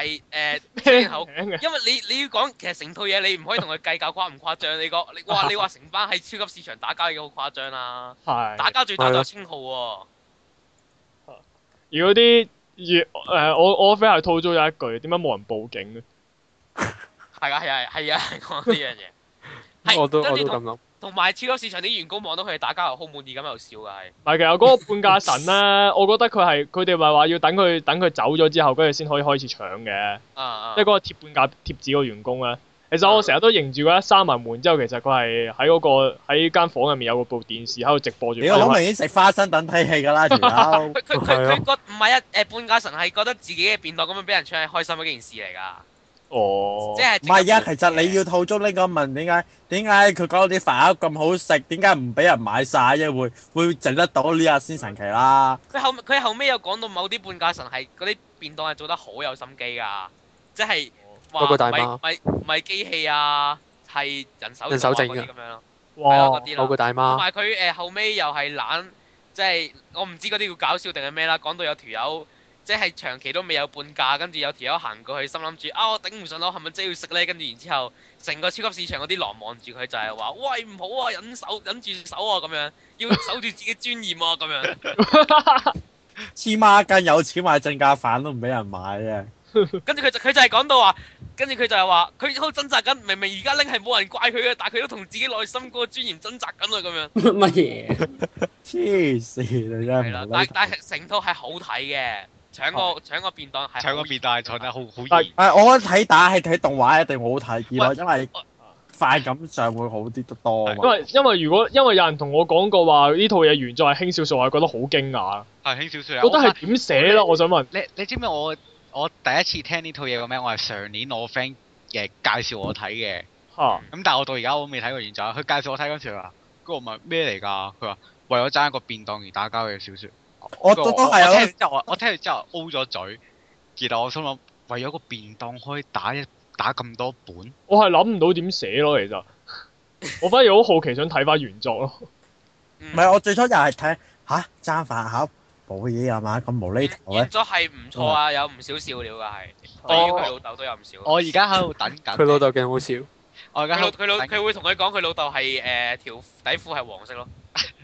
E: 係誒，雖
B: 咩
E: 然好
B: 名嘅？
E: 因為你 [laughs] 你要講其實成套嘢，你唔可以同佢計較誇唔誇張。你講你哇，你
D: [laughs]
E: 話成班喺超級市場打交已經好誇張啦，
B: [laughs] 係
E: 打。交最打就有稱號喎。
B: 而嗰啲越誒、呃我我 friend 係吐槽咗一句，點解冇人報警咧？
E: 係啊係啊係啊， [laughs] 係講呢樣嘢。係
D: [laughs] 我都
E: 跟
D: 我
E: 住
D: 都
E: 同
D: 咁諗。
E: 同埋超級市場啲員工望到佢哋打交又好滿意咁喺度笑㗎係。
B: 唔係其實嗰個半價神咧， [laughs] 我覺得佢係佢哋咪話要等佢等佢走咗之後，跟住先可以開始搶嘅，
E: 啊
D: [laughs]
E: 啊
B: 即係嗰個貼半價貼紙個員工咧。其實我成日都認住佢一閂埋門之後，其實佢係喺嗰個喺間房入面有個部電視喺度直播住。
C: 你好明顯食花生等睇戲㗎啦，條
E: [laughs]
C: 友。
E: 佢佢佢佢覺唔係啊誒半假神係覺得自己嘅便當咁樣俾人唱係開心嘅一件事嚟㗎，
B: 哦
E: 即，係
C: 唔係啊，其實你要套足呢個問點解點解佢講到啲飯盒咁好食，點解唔俾人買晒啫？會會整得到呢下先神奇啦。
E: 佢後佢後尾又講到某啲半價神係嗰啲便當係做得好有心機㗎，即係
D: 嗰個大
E: 話
D: 媽
E: 咪咪咪機器啊，係人手
D: 人手整
E: 嘅
D: 㗎
E: 咁樣咯。咯
B: 哇
E: 嗰！啲
D: 某
E: 啦。
D: 個大
E: 同
D: 媽，
E: 埋佢誒後尾又係懶，即係我唔知嗰啲叫搞笑定係咩啦。講到有條友即係長期都未有半價，跟住有條友行過去，心諗住啊我頂唔順啦，我係咪真係要食咧？跟住然之後，成個超級市場嗰啲狼望住佢就係話：喂唔好啊，忍手忍住手啊咁樣，要守住自己尊嚴啊咁樣。
C: 黐孖筋有錢買正價飯都唔俾人買啫。
E: 跟住佢就佢就係講到話，跟住佢就係話佢好掙扎緊，明明而家拎係冇人怪佢嘅，但係佢都同自己內心嗰個尊嚴掙扎緊啊咁樣。
F: 乜嘢？
C: 黐線啊你真
E: 係啦
C: 係，
E: 但
C: 冇
E: 但係成套係好睇嘅，搶個搶個便當係
A: 搶個
E: 好
A: 面大賽得好好
B: 但
A: 易。
C: 誒，我覺得睇打戲睇動畫一定好睇啲咯，
A: 喂
C: 因為快感上會好啲得多啊
B: 因
C: 嘛。
B: 為因為如果因為有人同我講過話呢套嘢原作係輕小說，我係覺得好驚訝，
A: 係輕小說啊！
B: 覺得係點寫咧？我想問，
A: 你你知唔知我我第一次聽呢套嘢個名？我係上年我 friend 嘅介紹我睇嘅，咁但
B: 嚇
A: 係我到而家我未睇過原作。佢介紹我睇嗰時佢話，佢我問咩嚟㗎？佢話為咗爭一個便當而打交嘅小説。
C: 我都都係
A: 我聽
C: 啊有
A: 完之後我我聽完之後 O 咗嘴，然後我心諗為咗個便當可以打一打咁多本，
B: 我係諗唔到點寫咯，其實我反而好好奇想睇翻原作咯。
E: 嗯
C: 唔係啊我最初又係睇吓爭飯盒冇嘢啊嘛，咁無厘頭
E: 原
C: 咧。
E: 作嗯係唔錯啊，有唔少笑料噶係，
B: 哦
E: 對於佢老豆都有唔少。
A: 我而家喺度等緊。
D: 佢老豆勁好笑，
A: 我而家
E: 佢
A: 喺度
E: 老佢老
A: 等緊
E: 佢會同佢講佢老豆係誒條底褲係黃色咯，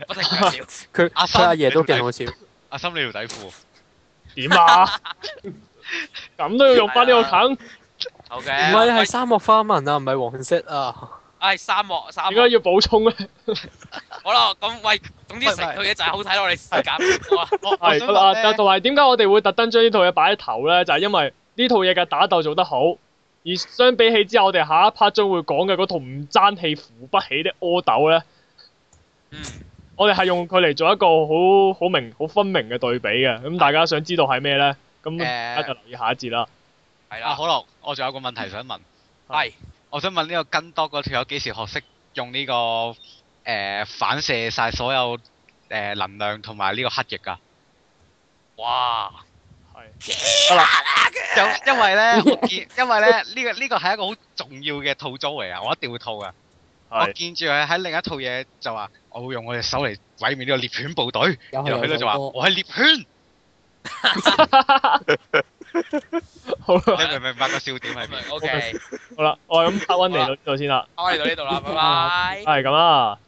E: 不停強調。
D: 佢
A: 阿
D: 佢阿
A: 生
D: 爺都勁好笑，
A: 阿心你條底褲。
B: 點啊？ [laughs] 咁都要用翻呢個
A: 啊
B: 梗？
E: 好嘅，
D: 唔係係沙漠花紋啊，唔係黃色啊，
E: 唉沙漠
A: 啊
E: 沙
B: 點解
E: 漠。
B: 要補充咧？
E: 好啦，咁喂，總之成套嘢就係好睇咯，你時間唔多啊。
A: 我我
B: 係
A: 想
B: 咁啊！
A: 問
B: 但
A: 咧
B: 同埋點解我哋會特登將呢套嘢擺喺頭咧？就係、因為呢套嘢嘅打鬥做得好，而相比起之後，我哋下一 part 將會講嘅嗰套唔爭氣扶不起的阿斗咧，
E: 嗯，
B: 我哋係用佢嚟做一個好好明、好分明嘅對比嘅。咁大家想知道係咩咧？咁大家就
A: 誒
B: 留意下一節啦。
E: 係
A: 阿
E: 啦
A: 可，樂，我仲有個問題想問。
E: 係
A: 我想問呢個跟多嗰條友幾時學識用呢、個誒、呃反射晒所有誒、呃能量同埋呢個黑翼啊？
E: 哇，
B: 係得啦，
A: 因因為咧，我見因為咧呢、個呢、個係一個好重要嘅套租嚟啊！我一定要套啊！我
B: 係
A: 見住佢喺另一套嘢就話，我會用我隻手嚟毀滅呢個獵犬部隊，
F: 又
A: 然後
F: 係
A: 佢
F: 啊有
A: 咧就話
F: 首歌。
A: 我係獵犬， [laughs]
B: [laughs] 好啦
A: 你明唔明白個笑點係咩？
E: O K，
B: 好啦，我係咁 part one 嚟到呢度先啦，
E: 我嚟到呢度啦，拜拜。
B: 係咁啦。